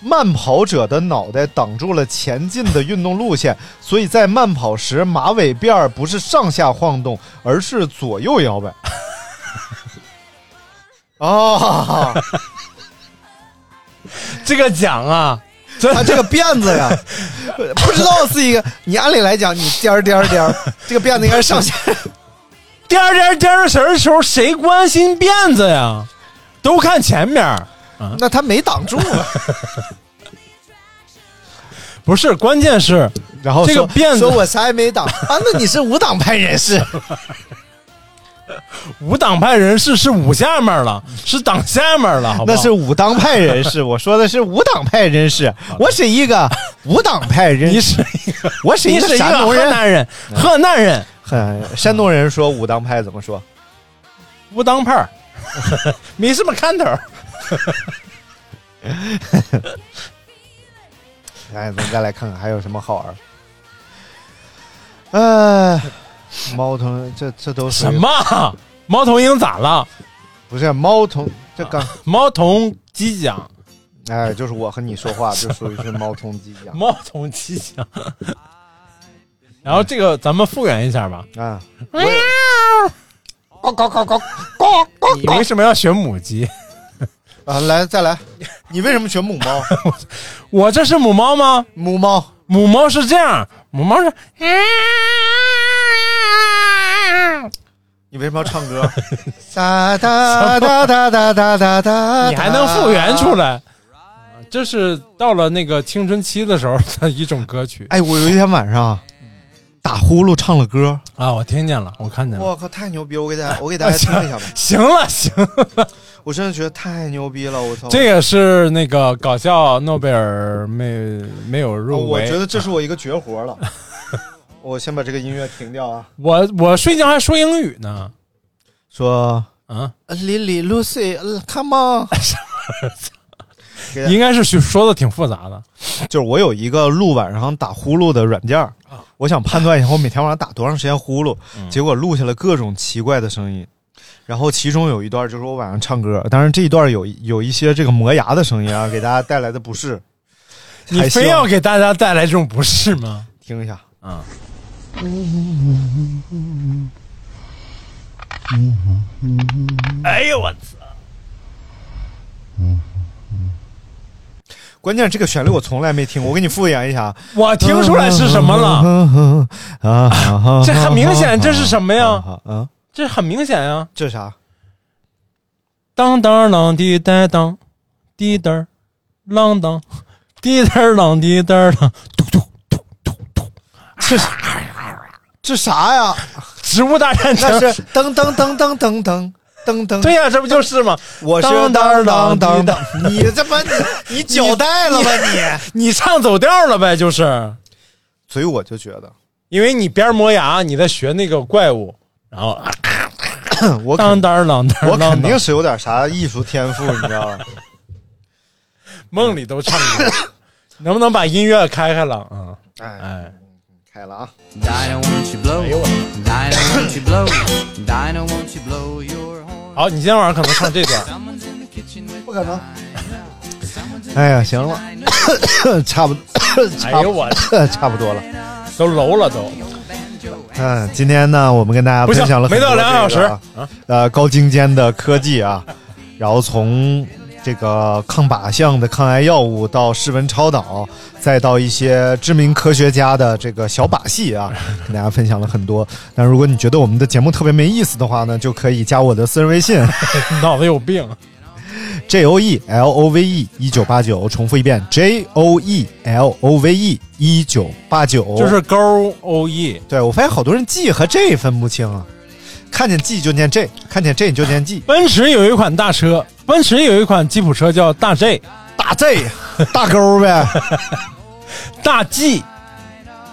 [SPEAKER 9] 慢跑者的脑袋挡住了前进的运动路线，所以在慢跑时马尾辫儿不是上下晃动，而是左右摇摆。 哦，
[SPEAKER 10] 这个奖 啊，真
[SPEAKER 9] 他这个辫子 呀，不知道是一个。你按理来讲，你颠儿颠儿 颠儿，这个辫子应该是上下。
[SPEAKER 10] 颠儿颠儿颠儿神儿的时候，谁关心辫子呀？都看前面儿，
[SPEAKER 9] 那他没挡住啊。
[SPEAKER 10] 不是，关键是
[SPEAKER 9] 然后
[SPEAKER 10] 这
[SPEAKER 9] 说
[SPEAKER 10] 个辫子
[SPEAKER 9] 说我啥也没挡啊，那你是无党派人士。
[SPEAKER 10] 无党派人士是捂下面了，是挡下面了，好不
[SPEAKER 9] 那
[SPEAKER 10] 好？
[SPEAKER 9] 是武当派人士，我说的是无党派人士，我是一 个无党派人
[SPEAKER 10] 你
[SPEAKER 9] 士，
[SPEAKER 10] 是一个，
[SPEAKER 9] 我是一
[SPEAKER 10] 你
[SPEAKER 9] 个
[SPEAKER 10] 是一
[SPEAKER 9] 山
[SPEAKER 10] 个
[SPEAKER 9] 东
[SPEAKER 10] 河
[SPEAKER 9] 人。嗯
[SPEAKER 10] 南人，河 南人
[SPEAKER 9] 很山东人说武当派怎么说？
[SPEAKER 10] 无党 派儿，没什么看头儿。
[SPEAKER 9] 哎，咱再来看看还有什么好玩儿。呃，猫头这这都是
[SPEAKER 10] 什？么？猫头鹰咋了？
[SPEAKER 9] 不是猫头这刚
[SPEAKER 10] 猫头鸡奖，
[SPEAKER 9] 哎，就是我和你说话就属于是猫头鸡一样
[SPEAKER 10] 猫头鸡奖。 然后这个咱们复原一下吧。
[SPEAKER 9] 啊。哦
[SPEAKER 10] 你为什么要选母鸡？
[SPEAKER 9] 啊，来再来，你为什么选母 猫？
[SPEAKER 10] 我这是母猫吗？
[SPEAKER 9] 母猫
[SPEAKER 10] 母猫是这样，母猫是，
[SPEAKER 9] 你为什么要唱 歌？哒哒哒哒哒哒哒哒，
[SPEAKER 10] 你还能复原出来？这是到了那个青春期的时候的一种歌曲。
[SPEAKER 9] 哎，我有一天晚上打呼噜唱了歌，
[SPEAKER 10] 啊，我听见了，我看见了。
[SPEAKER 9] 我靠，太牛逼！我给大家，我给大家听一下吧。
[SPEAKER 10] 行了，行了，
[SPEAKER 9] 我真的觉得太牛逼了，我操！
[SPEAKER 10] 这个是那个搞笑诺贝尔没没有入
[SPEAKER 9] 我
[SPEAKER 10] 围。
[SPEAKER 9] 觉得这是我一个绝活 了。我先把这个音乐停掉啊。
[SPEAKER 10] 我我睡觉还说英语呢。
[SPEAKER 9] 说
[SPEAKER 10] 啊，
[SPEAKER 9] 李李 Lucy，come on，
[SPEAKER 10] 应该是说说的挺复杂的。
[SPEAKER 9] 就是我有一个录晚上打呼噜的软件儿，我想判断一下我每天晚上打多长时间呼噜，结果录下了各种奇怪的声音。然后其中有一段就是我晚上唱歌，当然这一段有有一些这个磨牙的声音啊，给大家带来的不适。
[SPEAKER 10] 你
[SPEAKER 9] 还希
[SPEAKER 10] 非
[SPEAKER 9] 望
[SPEAKER 10] 要给大家带来这种不适吗？
[SPEAKER 9] 听一下，
[SPEAKER 10] 啊，哎呦我操！
[SPEAKER 9] 关键这个旋律我从来没听过，我给你复原一下。
[SPEAKER 10] 我听出来是什么了？
[SPEAKER 9] 了？啊，
[SPEAKER 10] 这很明显，这是什么呀？
[SPEAKER 9] 啊啊，
[SPEAKER 10] 这很明显呀！
[SPEAKER 9] 这啥？
[SPEAKER 10] 当当啷滴当当，滴当儿啷当，滴当儿啷滴当儿啷，嘟嘟嘟嘟嘟，这是
[SPEAKER 9] 这啥呀？
[SPEAKER 10] 植物大战
[SPEAKER 9] 那
[SPEAKER 10] 僵尸
[SPEAKER 9] 是噔噔噔噔噔噔噔噔。
[SPEAKER 10] 对呀、这不就是吗？
[SPEAKER 9] 我是
[SPEAKER 10] 当当
[SPEAKER 9] 当
[SPEAKER 10] 当
[SPEAKER 9] 当
[SPEAKER 10] 当
[SPEAKER 9] 当，你这 不你你脚带了吧你？
[SPEAKER 10] 你唱走调了呗，就是
[SPEAKER 9] 所以我就觉得，
[SPEAKER 10] 因为你边磨牙，你在学那个怪物，然后啊
[SPEAKER 9] 我
[SPEAKER 10] 当
[SPEAKER 9] 肯
[SPEAKER 10] 当儿啷当儿啷
[SPEAKER 9] 我
[SPEAKER 10] 当，
[SPEAKER 9] 肯定是有点啥艺术天赋，你知道吧？
[SPEAKER 10] 梦里都唱 过。能不能把音乐开开了啊？
[SPEAKER 9] 哎，
[SPEAKER 10] 哎，
[SPEAKER 9] 开了啊！
[SPEAKER 11] Dinah, won't you blow? Dinah, won't you blow? Dinah, won't you blow your horn?
[SPEAKER 10] 好，你今天晚上可能唱这段。
[SPEAKER 11] Someone's in the kitchen with
[SPEAKER 9] 不可能。哎呀，行了，差不多，
[SPEAKER 10] 哎
[SPEAKER 9] 差
[SPEAKER 10] 呦
[SPEAKER 9] 不
[SPEAKER 10] 我
[SPEAKER 9] 差不多了。
[SPEAKER 10] 都楼了都，
[SPEAKER 9] 嗯，今天呢，我们跟大家分享了
[SPEAKER 10] 不行
[SPEAKER 9] 很多
[SPEAKER 10] 没到两
[SPEAKER 9] 这个
[SPEAKER 10] 小
[SPEAKER 9] 呃，高精尖的科技啊，然后从这个抗靶向的抗癌药物到室温超导，再到一些知名科学家的这个小把戏 啊，跟大家分享了很多。那如果你觉得我们的节目特别没意思的话呢，就可以加我的私人微信
[SPEAKER 10] 脑子有病。
[SPEAKER 9] J O E L O V E 一九八九，重复一遍 J O E L O V E 一九八九，
[SPEAKER 10] 就是勾 O E，
[SPEAKER 9] 对，我发现好多人 G 和 J 分不清啊，看见 G 就念 J，看见 J 你就念 G，
[SPEAKER 10] 奔驰有一款大车，奔驰有一款吉普车叫大 J
[SPEAKER 9] 大 J 大勾呗。
[SPEAKER 10] 大 G，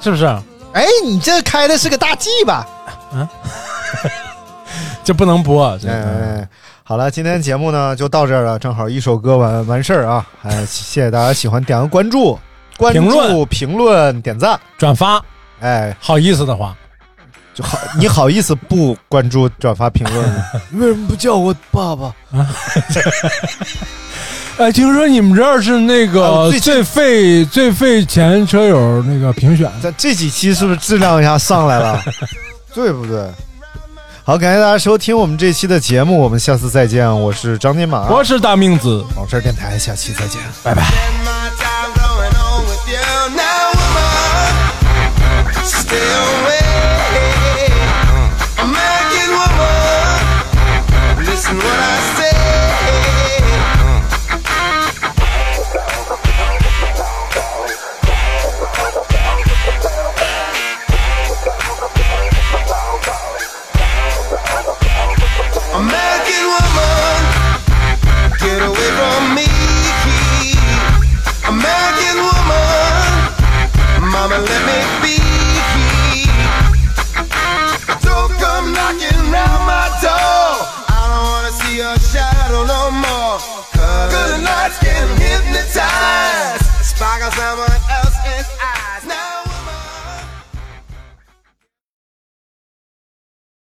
[SPEAKER 10] 是不是？
[SPEAKER 9] 哎，你这开的是个大 G 吧？
[SPEAKER 10] 这不能播，这
[SPEAKER 9] 哎哎，哎好了，今天节目呢就到这儿了，正好一首歌完完事儿啊。哎， 谢谢大家喜欢，点个关注，关注
[SPEAKER 10] 评论
[SPEAKER 9] 评论点赞，
[SPEAKER 10] 转发，
[SPEAKER 9] 哎，
[SPEAKER 10] 好意思的话，
[SPEAKER 9] 就好，你好意思不关注、转发、评论吗？ 为什么不叫我爸爸？
[SPEAKER 10] 哎，听说你们这儿是那
[SPEAKER 9] 啊我
[SPEAKER 10] 个
[SPEAKER 9] 最近
[SPEAKER 10] 哦最费最费钱车友那个评选，
[SPEAKER 9] 这这几期是不是质量一下上来了？ 对不对？好，感谢大家收听我们这期的节目，我们下次再见。我是张金马，
[SPEAKER 10] 我是大命子，
[SPEAKER 9] 往事电台，下期再见。
[SPEAKER 10] 拜拜。
[SPEAKER 11] Spend my time going on with you now, woman. Stay away, American woman. Listen what I say. American woman. Get away from me, American woman. Mama, let me be. Don't come knocking round my door. I don't wanna see your shadow no more. Cause the lights can hypnotize. Spark on someone else and